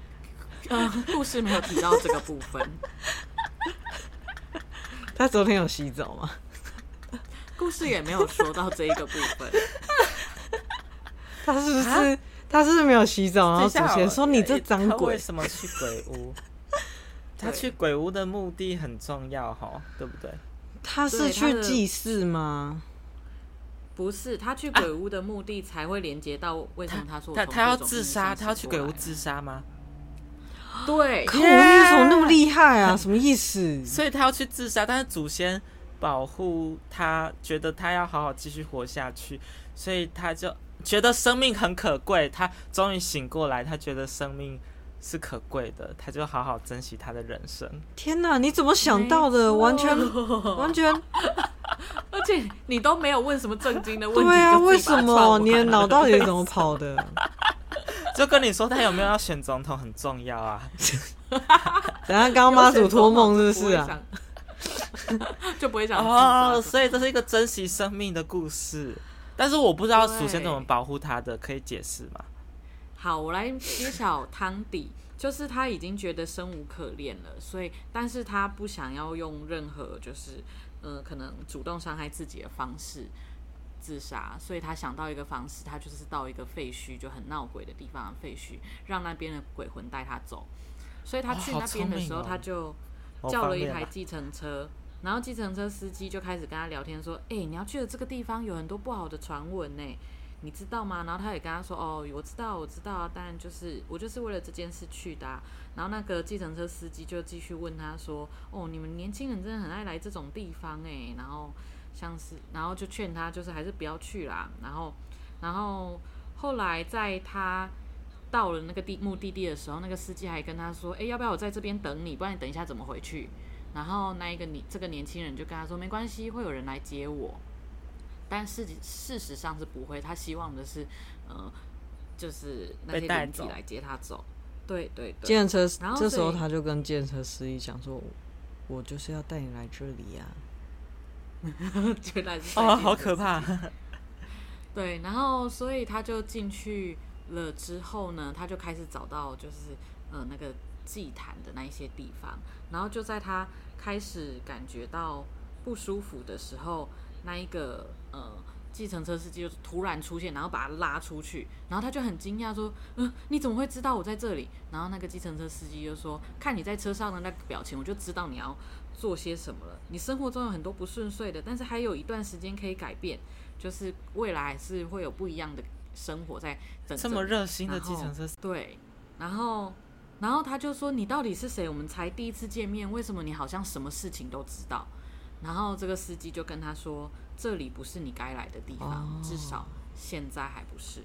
Speaker 3: 呃，故事没有提到这个部 分，
Speaker 2: 他昨天有洗澡吗？
Speaker 3: 故事也没有说到这一个部分。
Speaker 2: 他是不是他是不是没有洗澡？然后祖
Speaker 1: 等一下
Speaker 2: 啊
Speaker 3: 呃
Speaker 2: 先说你这脏
Speaker 1: 他
Speaker 2: 鬼
Speaker 1: 为，什么去鬼屋？ 他
Speaker 3: 对
Speaker 1: 去鬼屋的目的很重要哈，对不对？
Speaker 2: 他是
Speaker 3: 对
Speaker 2: 去
Speaker 3: 他的
Speaker 2: 祭祀吗？
Speaker 3: 不是他去鬼屋的目的才会连接到为什么他说我
Speaker 1: 他
Speaker 3: 从
Speaker 1: 他要
Speaker 3: 各种
Speaker 1: 自
Speaker 3: 阴
Speaker 1: 杀，
Speaker 3: 上
Speaker 1: 他要
Speaker 3: 醒
Speaker 1: 去
Speaker 3: 过
Speaker 1: 鬼屋
Speaker 3: 来啊
Speaker 1: 自杀吗？
Speaker 3: 对，
Speaker 2: 可我那怎么那么厉害啊？什么意思？
Speaker 1: 所以他要去自杀，但是祖先保护他，觉得他要好好继续活下去，所以他就觉得生命很可贵。他终于醒过来，他觉得生命是可贵的，他就好好珍惜他的人生。
Speaker 2: 天哪，你怎么想到的？完 全完全
Speaker 3: 而且你都没有问什么正经的问题，
Speaker 2: 对啊！
Speaker 3: 就
Speaker 2: 为
Speaker 3: 自己把
Speaker 2: 什
Speaker 3: 它串
Speaker 2: 么
Speaker 3: 完
Speaker 2: 你的
Speaker 3: 了
Speaker 2: 脑到底怎么跑 的？
Speaker 1: 就跟你说他有没有要选总统很重要啊。
Speaker 2: 等下刚妈祖托梦是不是啊？？
Speaker 3: 就不会想
Speaker 1: 哦，
Speaker 3: 自杀
Speaker 1: 所以这是一个珍惜生命的故事，但是我不知道祖先怎么保护他的，可以解释吗？
Speaker 3: 好，我来揭晓汤底，就是他已经觉得生无可恋了，所以但是他不想要用任何就是呃可能主动伤害自己的方式自杀，所以他想到一个方式，他就是到一个废墟，就很闹鬼的地方的废墟，让那边的鬼魂带他走。所以他去
Speaker 1: 哦好
Speaker 3: 那边的
Speaker 1: 聪明
Speaker 3: 时候，
Speaker 1: 哦
Speaker 3: 他就
Speaker 1: 某
Speaker 3: 叫
Speaker 1: 方
Speaker 3: 了一
Speaker 1: 面
Speaker 3: 台
Speaker 1: 吧
Speaker 3: 计程车，然后计程车司机就开始跟他聊天说：“哎、你要去的这个地方有很多不好的传闻呢，你知道吗？”然后他也跟他说：“哦，我知道，我知道啊，当然就是我就是为了这件事去的啊、然后那个计程车司机就继续问他说：“哦，你们年轻人真的很爱来这种地方哎。”然后像是，然后就劝他就是还是不要去啦。然后，然后后来在他到了那个地目的地的时候，那个司机还跟他说：“哎、要不要我在这边等你？不然你等一下怎么回去？”然后那一个你这个年轻人就跟他说：“没关系，会有人来接我。”但事事实上是不会，他希望的是，呃，就是那些
Speaker 1: 被带
Speaker 3: 邻居
Speaker 1: 走
Speaker 3: 来接他走。对对对，
Speaker 2: 建车
Speaker 3: 然后
Speaker 2: 这时候
Speaker 3: 所以
Speaker 2: 他就跟建车司机讲说：“我就是要带你来这里啊呀、
Speaker 3: 原来是
Speaker 1: 哦，
Speaker 3: 在
Speaker 1: 好
Speaker 3: 电
Speaker 1: 可
Speaker 3: 车
Speaker 1: 怕！
Speaker 3: 对，然后所以他就进去了之后呢，他就开始找到就是呃那个祭坛的那一些地方，然后就在他开始感觉到不舒服的时候，那一个呃计程车司机就突然出现，然后把他拉出去，然后他就很惊讶说：“嗯、你怎么会知道我在这里？”然后那个计程车司机就说：“看你在车上的那个表情，我就知道你要做些什么了。你生活中有很多不顺遂的，但是还有一段时间可以改变。”就是未来是会有不一样的生活在等着
Speaker 1: 这么
Speaker 3: 你
Speaker 1: 热心的
Speaker 3: 然
Speaker 1: 计
Speaker 3: 后
Speaker 1: 程车，
Speaker 3: 对，然后然后他就说你到底是谁？我们才第一次见面，为什么你好像什么事情都知道？然后这个司机就跟他说，这里不是你该来的地方，
Speaker 2: 哦
Speaker 3: 至少现在还不是。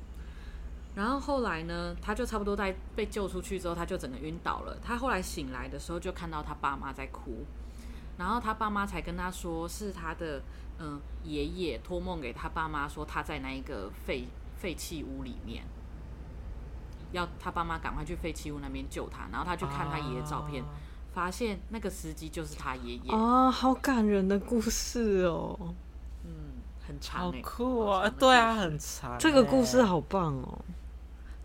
Speaker 3: 然后后来呢，他就差不多在被救出去之后，他就整个晕倒了。他后来醒来的时候，就看到他爸妈在哭，然后他爸妈才跟他说，是他的嗯、呃爷爷托梦给他爸妈说他在那一个废废弃屋里面，要他爸妈赶快去废弃屋那边救他。然后他去看他爷爷照片，
Speaker 1: 啊哦
Speaker 3: 发现那个司机就是他爷爷。
Speaker 2: 啊，好感人的故事哦！
Speaker 3: 嗯，很长、
Speaker 1: 好
Speaker 3: 欸，
Speaker 1: 酷
Speaker 3: 好
Speaker 1: 哦！
Speaker 3: 长
Speaker 1: 呃
Speaker 3: 的
Speaker 1: 对啊，
Speaker 3: 故事
Speaker 1: 很长。欸
Speaker 2: 这个故事，好棒哦，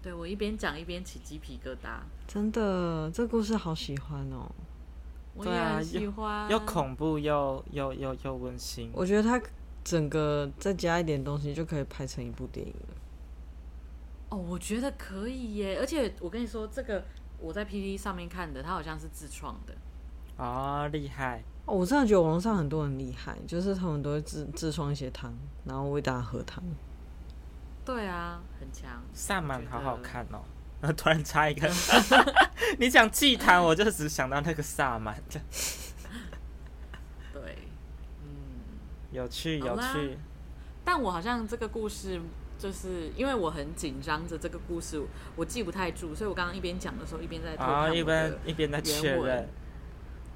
Speaker 3: 对我一边讲一边起鸡皮疙瘩，
Speaker 2: 真的，这故事好喜欢哦。
Speaker 3: 我
Speaker 1: 对
Speaker 3: 也
Speaker 1: 啊
Speaker 3: 很
Speaker 1: 又
Speaker 3: 喜欢，
Speaker 1: 又恐怖又又又又温馨。
Speaker 2: 我觉得他整个再加一点东西，就可以拍成一部电影了。
Speaker 3: 哦，我觉得可以耶！而且我跟你说，这个我在 PPT 上面看的，它好像是自创的。
Speaker 1: 哦，厉害！
Speaker 2: 哦，我真的觉得网络上很多人厉害，就是他们都会自自创一些汤，然后为大家喝汤。
Speaker 3: 对啊，很强。
Speaker 1: 萨满
Speaker 3: 觉
Speaker 1: 好好
Speaker 3: 得
Speaker 1: 看哦。 呃突然插一个，你讲祭坛，我就只想到那个萨满的，
Speaker 3: 对，嗯，
Speaker 1: 有趣
Speaker 3: 好
Speaker 1: 有
Speaker 3: 啦
Speaker 1: 趣。
Speaker 3: 但我好像这个故事，就是因为我很紧张着这个故事，我记不太住，所以我刚刚一边讲的时候一边在偷
Speaker 1: 啊，
Speaker 3: 看
Speaker 1: 一
Speaker 3: 我的
Speaker 1: 边一边在
Speaker 3: 原
Speaker 1: 确
Speaker 3: 文
Speaker 1: 认。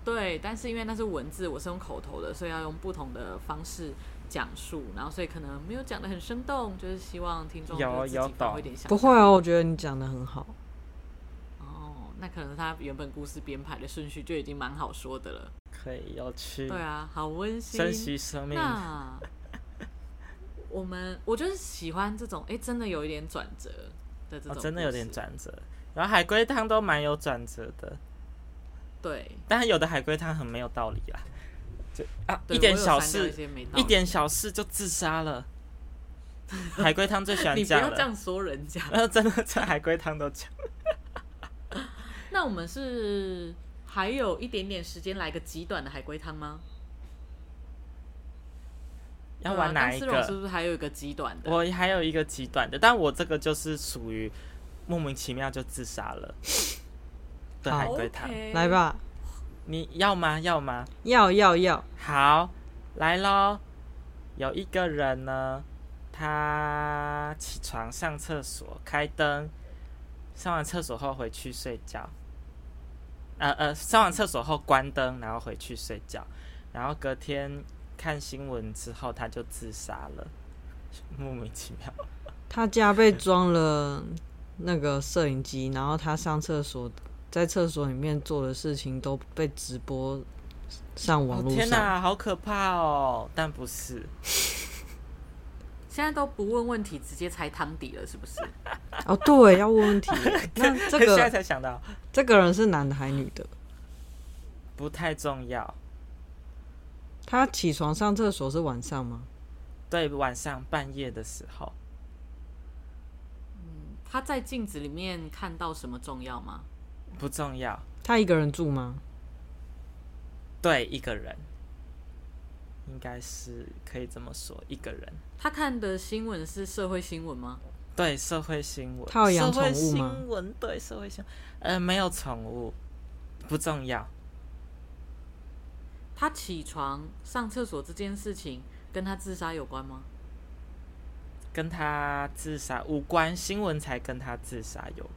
Speaker 3: 对，但是因为那是文字，我是用口头的，所以要用不同的方式讲述，然后所以可能没有讲的很生动，就是希望听众
Speaker 1: 有
Speaker 3: 就自己
Speaker 1: 有
Speaker 3: 发挥
Speaker 1: 懂
Speaker 3: 点想
Speaker 2: 不
Speaker 3: 象
Speaker 2: 会哦，我觉得你讲的很好。
Speaker 3: 哦，那可能他原本故事编排的顺序就已经蛮好说的了。
Speaker 1: 可以有趣，
Speaker 3: 对啊，好温馨。
Speaker 1: 珍惜生命。哦
Speaker 3: 那我们，我就是喜欢这种，哎、真的有一点转折的这种、
Speaker 1: 哦，真的有点。转折。然后海龟汤都蛮有转折的，
Speaker 3: 对，
Speaker 1: 但是有的海龟汤很没有道理啦，就啊
Speaker 3: 对
Speaker 1: 一点
Speaker 3: 我有
Speaker 1: 小
Speaker 3: 删掉
Speaker 1: 事
Speaker 3: 一，些没道
Speaker 1: 一
Speaker 3: 理
Speaker 1: 点小事就自杀了。 海龟汤最喜欢
Speaker 3: 你不
Speaker 1: 讲
Speaker 3: 要这
Speaker 1: 了，
Speaker 3: 样说人家。
Speaker 1: 呃，真的，这海龟汤都讲。
Speaker 3: 那我们是还有一点点时间来个极短的海龟汤吗？
Speaker 1: 要
Speaker 3: 对啊
Speaker 1: 玩哪一
Speaker 3: 刚丝绒是
Speaker 1: 个？
Speaker 3: 不是还有一个极短的？
Speaker 1: 我还有一个极短的，但我这个就是属于莫名其妙就自杀了 的海龟汤。
Speaker 3: OK
Speaker 2: 来，吧，
Speaker 1: 你要吗？要吗？
Speaker 2: 要要要，
Speaker 1: 好，来喽。有一个人呢，他起床上厕所，开灯，上完厕所后回去睡觉。呃呃，上完厕所后关灯，然后回去睡觉，然后隔天看新闻之后，他就自杀了，莫名其妙。
Speaker 2: 他家被装了那个摄影机，然后他上厕所，在厕所里面做的事情都被直播上网
Speaker 1: 哦
Speaker 2: 络
Speaker 1: 天
Speaker 2: 上。
Speaker 1: 哪，好可怕哦！但不是，
Speaker 3: 现在都不问问题，直接猜汤底了，是不是？
Speaker 2: 哦，对，要问问题。 那这
Speaker 1: 现在
Speaker 2: 个
Speaker 1: 才想到，
Speaker 2: 这个人是男的还是女的？
Speaker 1: 不太重要。
Speaker 2: 他起床上厕所是晚上吗？
Speaker 1: 对，晚上半夜的时候，
Speaker 3: 他在镜子里面看到什么重要吗？
Speaker 1: 不重要。
Speaker 2: 他一个人住吗？
Speaker 1: 对，一个人，应该是可以这么说，一个人。
Speaker 3: 他看的新闻是社会新闻吗？
Speaker 1: 对，社会新闻，
Speaker 2: 他有养
Speaker 1: 社会
Speaker 2: 宠物吗
Speaker 1: 新闻对，社会新闻，呃，没有宠物，不重要。
Speaker 3: 他起床上厕所这件事情跟他自杀有关吗？
Speaker 1: 跟他自杀无关，新闻才跟他自杀有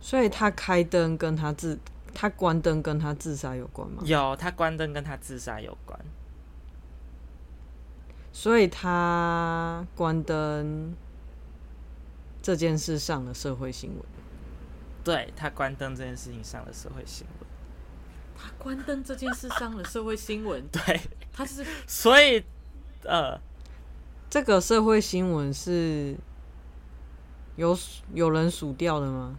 Speaker 2: 所以他开灯跟他自他关灯跟他自杀有关吗？
Speaker 1: 有，他关灯跟他自杀有关，
Speaker 2: 所以他关灯这件事上了社会新闻。
Speaker 1: 对他关灯这件事情上了社会新闻，，
Speaker 3: 他关灯这件事上了社会新闻
Speaker 1: 对，
Speaker 3: 他是
Speaker 1: 所以呃，
Speaker 2: 这个社会新闻是有数有人数掉的吗？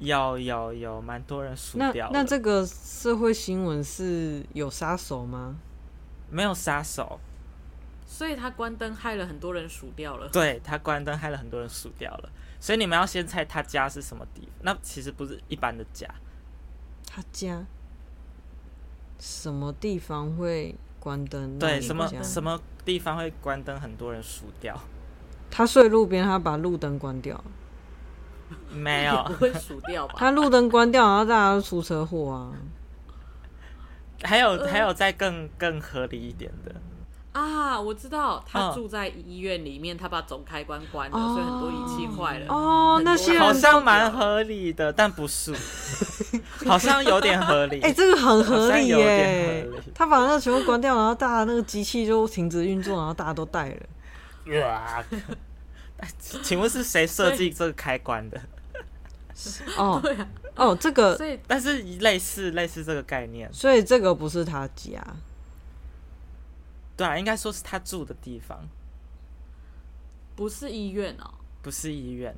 Speaker 1: 有有有，蛮多人输
Speaker 2: 那
Speaker 1: 掉
Speaker 2: 那
Speaker 1: 了
Speaker 2: 这个社会新闻是有杀手吗？
Speaker 1: 没有杀手，
Speaker 3: 所以他关灯害了很多人数掉了。
Speaker 1: 对他关灯害了很多人输掉了，所以你们要先猜他家是什么地方。那其实不是一般的家，
Speaker 2: 他家什么地方会关灯？
Speaker 1: 对什么
Speaker 2: 让人家
Speaker 1: 什么地方会关灯，很多人输掉。
Speaker 2: 他睡路边，他把路灯关掉了，
Speaker 1: 没
Speaker 3: 也
Speaker 1: 有
Speaker 3: 不，会数掉吧？
Speaker 2: 他路灯关掉，然后大家都出车祸啊！
Speaker 1: 还有还有再更更合理一点的，
Speaker 3: 啊，我知道，他
Speaker 1: 嗯
Speaker 3: 住在医院里面，他把总开关关了，
Speaker 2: 哦
Speaker 3: 所以很多仪器坏了。
Speaker 2: 哦
Speaker 3: 很，多
Speaker 2: 那些
Speaker 3: 人
Speaker 1: 好
Speaker 2: 人，
Speaker 1: 像蛮合理的，但不是，好像有点合理
Speaker 2: 哎、。这个很合
Speaker 1: 好
Speaker 2: 理
Speaker 1: 像有
Speaker 2: 耶、
Speaker 1: 点合理
Speaker 2: 他把那个全部关掉，然后大家那个机器就停止运作，然后大家都带了。
Speaker 1: 哇哎请问是谁设计这个开关的？
Speaker 2: 哦
Speaker 3: 对啊，
Speaker 2: 哦，这个
Speaker 3: 所以
Speaker 1: 但是类似类似这个概念，
Speaker 2: 所以这个不是他啊家，
Speaker 1: 对啊，应该说是他住的地方，
Speaker 3: 不是医院哦，
Speaker 1: 不是医院。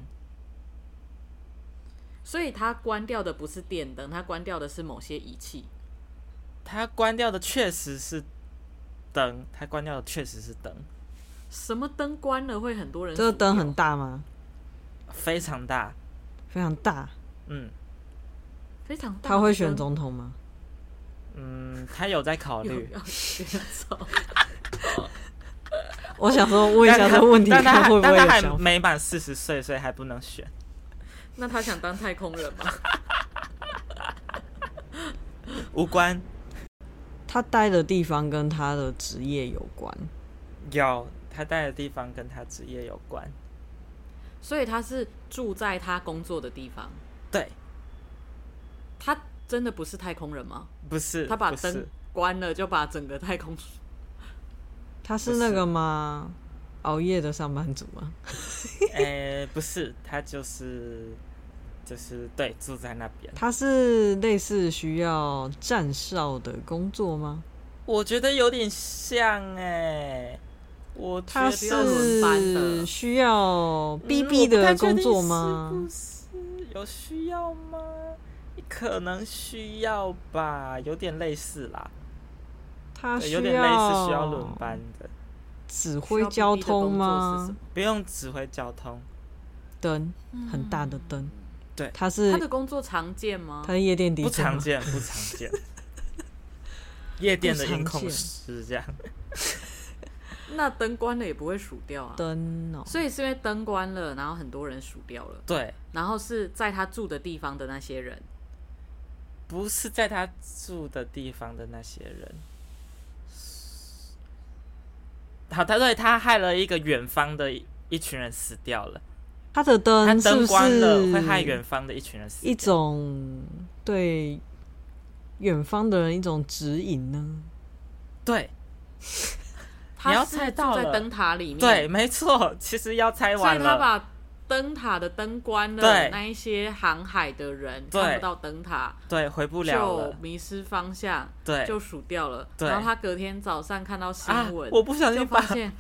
Speaker 3: 所以他关掉的不是电灯，他关掉的是某些仪器。
Speaker 1: 他关掉的确实是灯，他关掉的确实是灯，
Speaker 3: 什么灯关了会很多人数
Speaker 2: 这
Speaker 3: 掉？
Speaker 2: 个灯很大吗？
Speaker 1: 非常大。
Speaker 2: 非常大。
Speaker 1: 嗯
Speaker 3: 非常大的灯，
Speaker 2: 他会选总统吗？
Speaker 1: 嗯，他有在考
Speaker 3: 有
Speaker 1: 虑，
Speaker 3: 要选走。
Speaker 2: 我想说问一下这个问题，
Speaker 1: 但他
Speaker 2: 看会不
Speaker 1: 但
Speaker 2: 会有
Speaker 1: 他还
Speaker 2: 想法？
Speaker 1: 没满四十岁，所以还不能选。
Speaker 3: 那他想当太空人吗？
Speaker 1: 无关，
Speaker 2: 他待的地方跟他的职业有关，
Speaker 1: 有他待的地方跟他职业有关。
Speaker 3: 所以他是住在他工作的地方。
Speaker 1: 对，
Speaker 3: 他真的不是太空人吗？
Speaker 1: 不是
Speaker 3: 他把
Speaker 1: 不是
Speaker 3: 灯关了，就把整个太空
Speaker 2: 他是那个吗？熬夜的上班族吗？
Speaker 1: 哎、不是，他就是就是对住在那边。
Speaker 2: 它是类似需要站哨的工作吗？
Speaker 1: 我觉得有点像哎、我觉
Speaker 2: 它
Speaker 1: 得
Speaker 3: 需要轮班的
Speaker 2: 是需要
Speaker 1: 嗯
Speaker 2: BB
Speaker 1: 我不太
Speaker 2: 的
Speaker 1: 确
Speaker 2: 工
Speaker 1: 定
Speaker 2: 作吗？
Speaker 1: 是不是有需要吗？可能需要吧，有点类似啦，
Speaker 2: 它
Speaker 1: 对
Speaker 2: 需
Speaker 1: 有点类似需要轮班的，
Speaker 2: 指挥交通吗？？
Speaker 1: 不用指挥交通。
Speaker 2: 灯很大的灯，
Speaker 1: 嗯对
Speaker 2: 它
Speaker 3: 他
Speaker 2: 是
Speaker 3: 的工作常见吗
Speaker 2: 它？是夜店 DJ
Speaker 1: 不常
Speaker 2: 吗，
Speaker 1: 见，不常见。夜店的音
Speaker 2: 不
Speaker 1: 控
Speaker 2: 常见
Speaker 1: 师这样，
Speaker 3: 那灯关了也不会数掉啊。
Speaker 2: 灯哦，
Speaker 3: 所以是因为灯关了，然后很多人数掉了，
Speaker 1: 对，
Speaker 3: 然后是在他住的地方的那些人，
Speaker 1: 不是在他住的地方的那些人。好，他对他害了一个远方的一一群人死掉了，
Speaker 2: 它的
Speaker 1: 他
Speaker 2: 灯嗯是不
Speaker 1: 灯关了
Speaker 2: 是
Speaker 1: 会害远方的一群人死掉。
Speaker 2: 一种对远方的人一种指引呢？
Speaker 1: 对你
Speaker 3: 他
Speaker 1: 要
Speaker 3: 是
Speaker 1: 猜
Speaker 3: 住
Speaker 1: 到
Speaker 3: 在
Speaker 1: 了
Speaker 3: 灯塔里面，
Speaker 1: 对，，没错，其实要拆
Speaker 3: 嗯所
Speaker 1: 完
Speaker 3: 以他
Speaker 1: 了，
Speaker 3: 把灯塔的灯关了，
Speaker 1: 对
Speaker 3: 那一些航海的人
Speaker 1: 对
Speaker 3: 看不到灯塔，
Speaker 1: 对，回不了
Speaker 3: 就
Speaker 1: 了，
Speaker 3: 迷失方向，
Speaker 1: 对
Speaker 3: 就数掉了。
Speaker 1: 对
Speaker 3: 然后他隔天早上看到新
Speaker 1: 啊，
Speaker 3: 闻，
Speaker 1: 我不小
Speaker 3: 就
Speaker 1: 心
Speaker 3: 发
Speaker 1: 把
Speaker 3: 现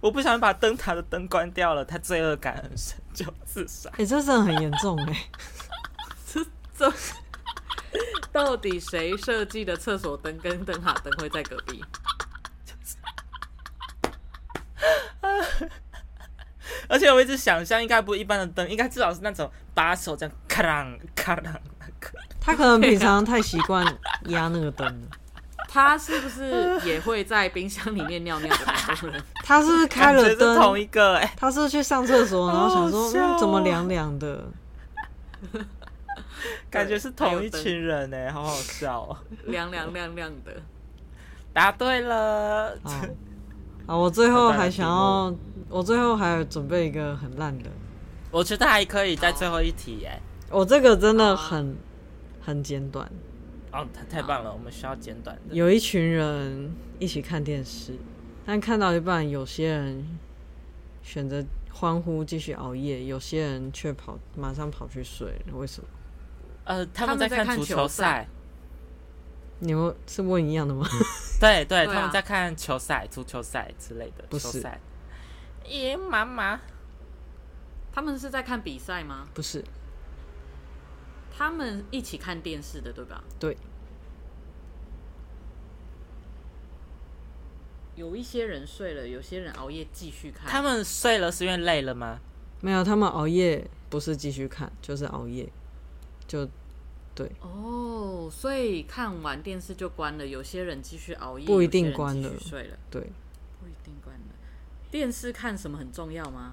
Speaker 1: 我不小心把灯塔的灯关掉了，他罪恶感很深，就自杀。
Speaker 2: 哎、这真的很严重哎、
Speaker 3: 这到底谁设计的厕所灯跟灯塔灯会在隔壁？
Speaker 1: 而且我一直想象，应该不是一般的灯，应该至少是那种把手这样咔啷咔啷那个。
Speaker 2: 他可能
Speaker 1: 啊
Speaker 2: 平常太习惯压那个灯了。
Speaker 3: 他是不是也会在冰箱里面尿尿的那种人？
Speaker 2: 他是不是开了
Speaker 1: 感觉是同
Speaker 2: 灯？
Speaker 1: 一个哎、
Speaker 2: 他是不是去上 厕所，然后想
Speaker 1: 好
Speaker 2: 说、
Speaker 1: 好笑哦
Speaker 2: 嗯、怎么凉凉的？
Speaker 1: 感觉是同一群人哎、好好笑哦。
Speaker 3: 亮亮亮亮的。
Speaker 1: 答对 了，
Speaker 2: 哦，啊，我最后还想要，我最后还有准备一个很烂的，
Speaker 1: 我觉得还可以在最后一题哎、
Speaker 2: 我这个真
Speaker 1: 啊
Speaker 2: 的很很简短。
Speaker 1: 哦，太太棒了，我们需要简短的。
Speaker 2: 有一群人一起看电视，但看到一半，有些人选择欢呼继续熬夜，有些人却跑马上跑去睡了。为什么？
Speaker 1: 呃，他
Speaker 3: 他
Speaker 1: 们
Speaker 3: 们
Speaker 1: 在
Speaker 3: 在
Speaker 1: 看
Speaker 3: 看
Speaker 1: 足
Speaker 3: 球
Speaker 1: 球
Speaker 3: 赛
Speaker 1: 赛，
Speaker 2: 你们是问一样的吗？
Speaker 1: 嗯对
Speaker 3: 对
Speaker 1: 对，
Speaker 3: 啊
Speaker 1: 他们在看球赛、足球赛之类的
Speaker 2: 不
Speaker 1: 球
Speaker 2: 是
Speaker 1: 赛。咦，妈
Speaker 3: 啊
Speaker 1: 妈，
Speaker 3: 他们是在看比赛吗？
Speaker 2: 不是，
Speaker 3: 他们一起看电视的，对吧？
Speaker 2: 对，
Speaker 3: 有一些人睡了，有些人熬夜继续看。
Speaker 1: 他们睡了是因为累了吗？
Speaker 2: 没有，他们熬夜不是继续看，就是熬夜，就
Speaker 3: 哦，所以看完电视就关了，有些人继续熬夜，
Speaker 2: 不一
Speaker 3: 有些人
Speaker 2: 定关了
Speaker 3: 继续睡了，
Speaker 2: 对。
Speaker 3: 不一定关了。电视看什么很重要吗？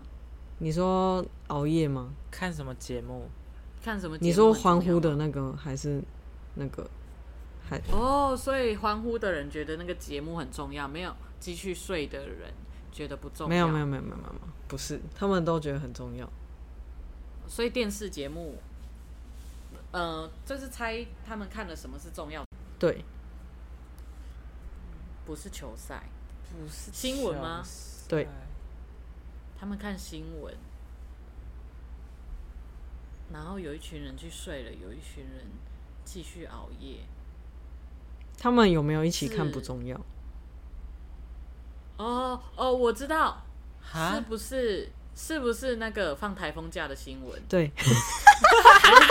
Speaker 2: 你说熬夜吗？
Speaker 1: 看什么节目？
Speaker 3: 看什么节目
Speaker 2: 你
Speaker 3: 很重要
Speaker 2: 说
Speaker 3: 吗？
Speaker 2: 欢呼的那个还是那个？还
Speaker 3: 哦，所以欢呼的人觉得那个节目很重要，没有继续睡的人觉得不重要。
Speaker 2: 没有没有，没有没有没有，没有不是，他们都觉得很重要。
Speaker 3: 所以电视节目，呃，就是猜他们看了什么是重要的，
Speaker 2: 对，
Speaker 3: 不是球赛，
Speaker 1: 不是
Speaker 3: 新闻吗
Speaker 1: 球赛
Speaker 2: 对
Speaker 3: 他们看新闻。然后有一群人去睡了，有一群人继续熬夜。
Speaker 2: 他们有没有一起看
Speaker 3: 是
Speaker 2: 不重要。
Speaker 3: 哦哦，我知道，是
Speaker 1: 哈，
Speaker 3: 不是是不是那个放台风假的 新闻？
Speaker 2: 对，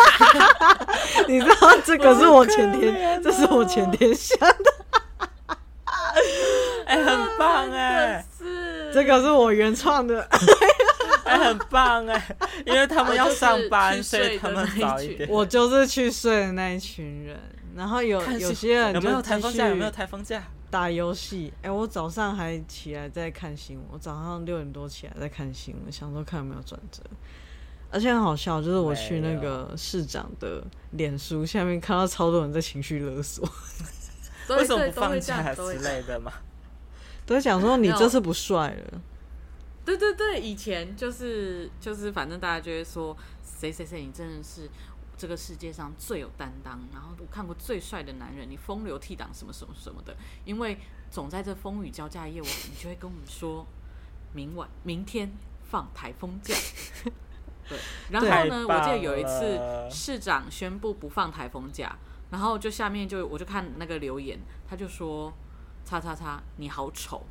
Speaker 2: 你知道这个是我前天，这是我前天想的，
Speaker 1: 哎、很棒哎、
Speaker 3: 是
Speaker 2: 这个是我原创的。
Speaker 1: 哎、很棒哎、因为他们要上班，
Speaker 3: 就是去
Speaker 1: 所以他们早一
Speaker 3: 睡的那一
Speaker 1: 点。
Speaker 2: 我就是去睡的那一群人，然后有
Speaker 1: 看
Speaker 2: 有
Speaker 1: 新
Speaker 2: 些人
Speaker 1: 有没有
Speaker 2: 就
Speaker 1: 台
Speaker 2: 继
Speaker 1: 风假？有
Speaker 2: 续
Speaker 1: 没有台风假？
Speaker 2: 打游戏。哎、我早上还起来在看新闻，我早上六点多起来在看新闻，想说看有没有转折。而且很好笑，就是我去那个市长的脸书下面看到超多人在情绪勒索，
Speaker 3: 对
Speaker 1: 为什么
Speaker 3: 对
Speaker 1: 不
Speaker 3: 都会
Speaker 1: 放
Speaker 3: 这样
Speaker 1: 假
Speaker 3: 都会
Speaker 1: 之
Speaker 3: 这样
Speaker 1: 类的嘛？
Speaker 2: 都在讲说你这次不帅了。
Speaker 3: 对对对，以前就是就是，反正大家就会说谁谁谁，你真的是这个世界上最有担当，然后我看过最帅的男人，你风流倜傥什么什么什么的。因为总在这风雨交加的夜晚，你就会跟我们说，明晚明天放台风假，对，然后呢，
Speaker 1: 太
Speaker 3: 我
Speaker 1: 棒
Speaker 3: 记得有一次
Speaker 1: 了
Speaker 3: 市长宣布不放台风假，然后就下面就我就看那个留言，他就说：“叉叉叉，你好丑。”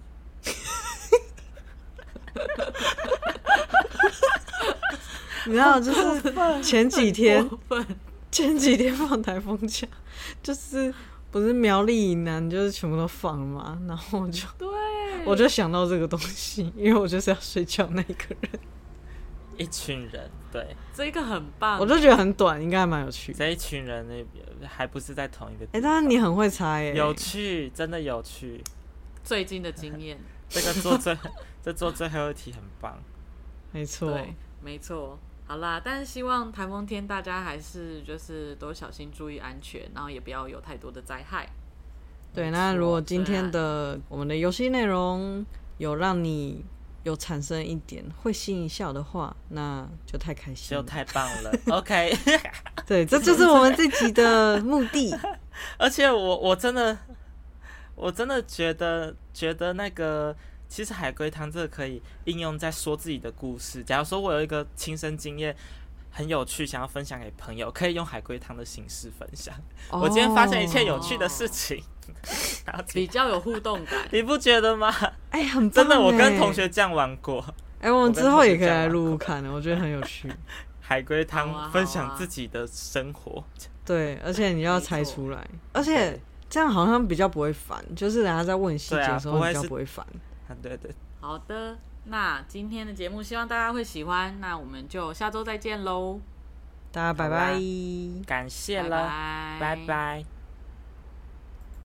Speaker 2: 你知道，就是前几 天
Speaker 3: 过分，
Speaker 2: 前几天放台风假，就是不是苗栗以南就是全部都放了嘛，然后我就
Speaker 3: 对，
Speaker 2: 我就想到这个东西，因为我就是要睡觉那一个人，
Speaker 1: 一群人，对，
Speaker 3: 这个很棒，
Speaker 2: 我就觉得很短，应该还蛮有趣的。
Speaker 1: 这一群人那还不是在同一个
Speaker 2: 哎、
Speaker 1: 地
Speaker 2: 当然你很会猜欸耶、
Speaker 1: 有趣，真的有趣。
Speaker 3: 最近的经验，
Speaker 1: 这个做最 这做最后一题很棒，
Speaker 2: 没错，
Speaker 3: 对，啊没错。好啦，但是希望台风天大家还是就是都小心注意安全，然后也不要有太多的灾害。
Speaker 2: 对。那如果今
Speaker 1: 啊
Speaker 2: 天的我们的游戏内容有让你有产生一点会心一笑的话，那就太开心
Speaker 1: 就
Speaker 2: 了。
Speaker 1: 太棒了。OK，
Speaker 2: 对，这就是我们这集的目 的。
Speaker 1: 而且我我真的我真的觉得觉得那个。其实海龟汤这个可以应用在说自己的故事。假如说我有一个亲身经验很有趣，想要分享给朋友，可以用海龟汤的形式分享。
Speaker 2: 哦
Speaker 1: 我今天发现一件有趣的事情，然后。
Speaker 3: 比较有互动感
Speaker 1: 你不觉得吗？
Speaker 2: 哎、很
Speaker 1: 真
Speaker 2: 棒
Speaker 1: 的，我跟
Speaker 2: 哎
Speaker 1: 同学这样玩过
Speaker 2: 哎、我们之后也可以
Speaker 1: 啊
Speaker 2: 来录录看的，我觉得很 有趣。
Speaker 1: 海龟
Speaker 3: 好啊好
Speaker 1: 汤，
Speaker 3: 啊
Speaker 1: 分享自己的生活。
Speaker 2: 对，而且你要猜出来，而且这样好像比较不会烦，就是人家在问细节的时候
Speaker 1: 对啊
Speaker 2: 比较
Speaker 1: 不会是
Speaker 2: 不会烦。
Speaker 1: 啊，对对，
Speaker 3: 好的，那今天的节目希望大家会喜欢，那我们就下周再见喽，
Speaker 2: 大家
Speaker 1: 好
Speaker 2: 拜
Speaker 1: 啦
Speaker 2: 拜。
Speaker 1: 感谢
Speaker 3: 拜
Speaker 1: 了，
Speaker 3: 拜，
Speaker 1: 拜拜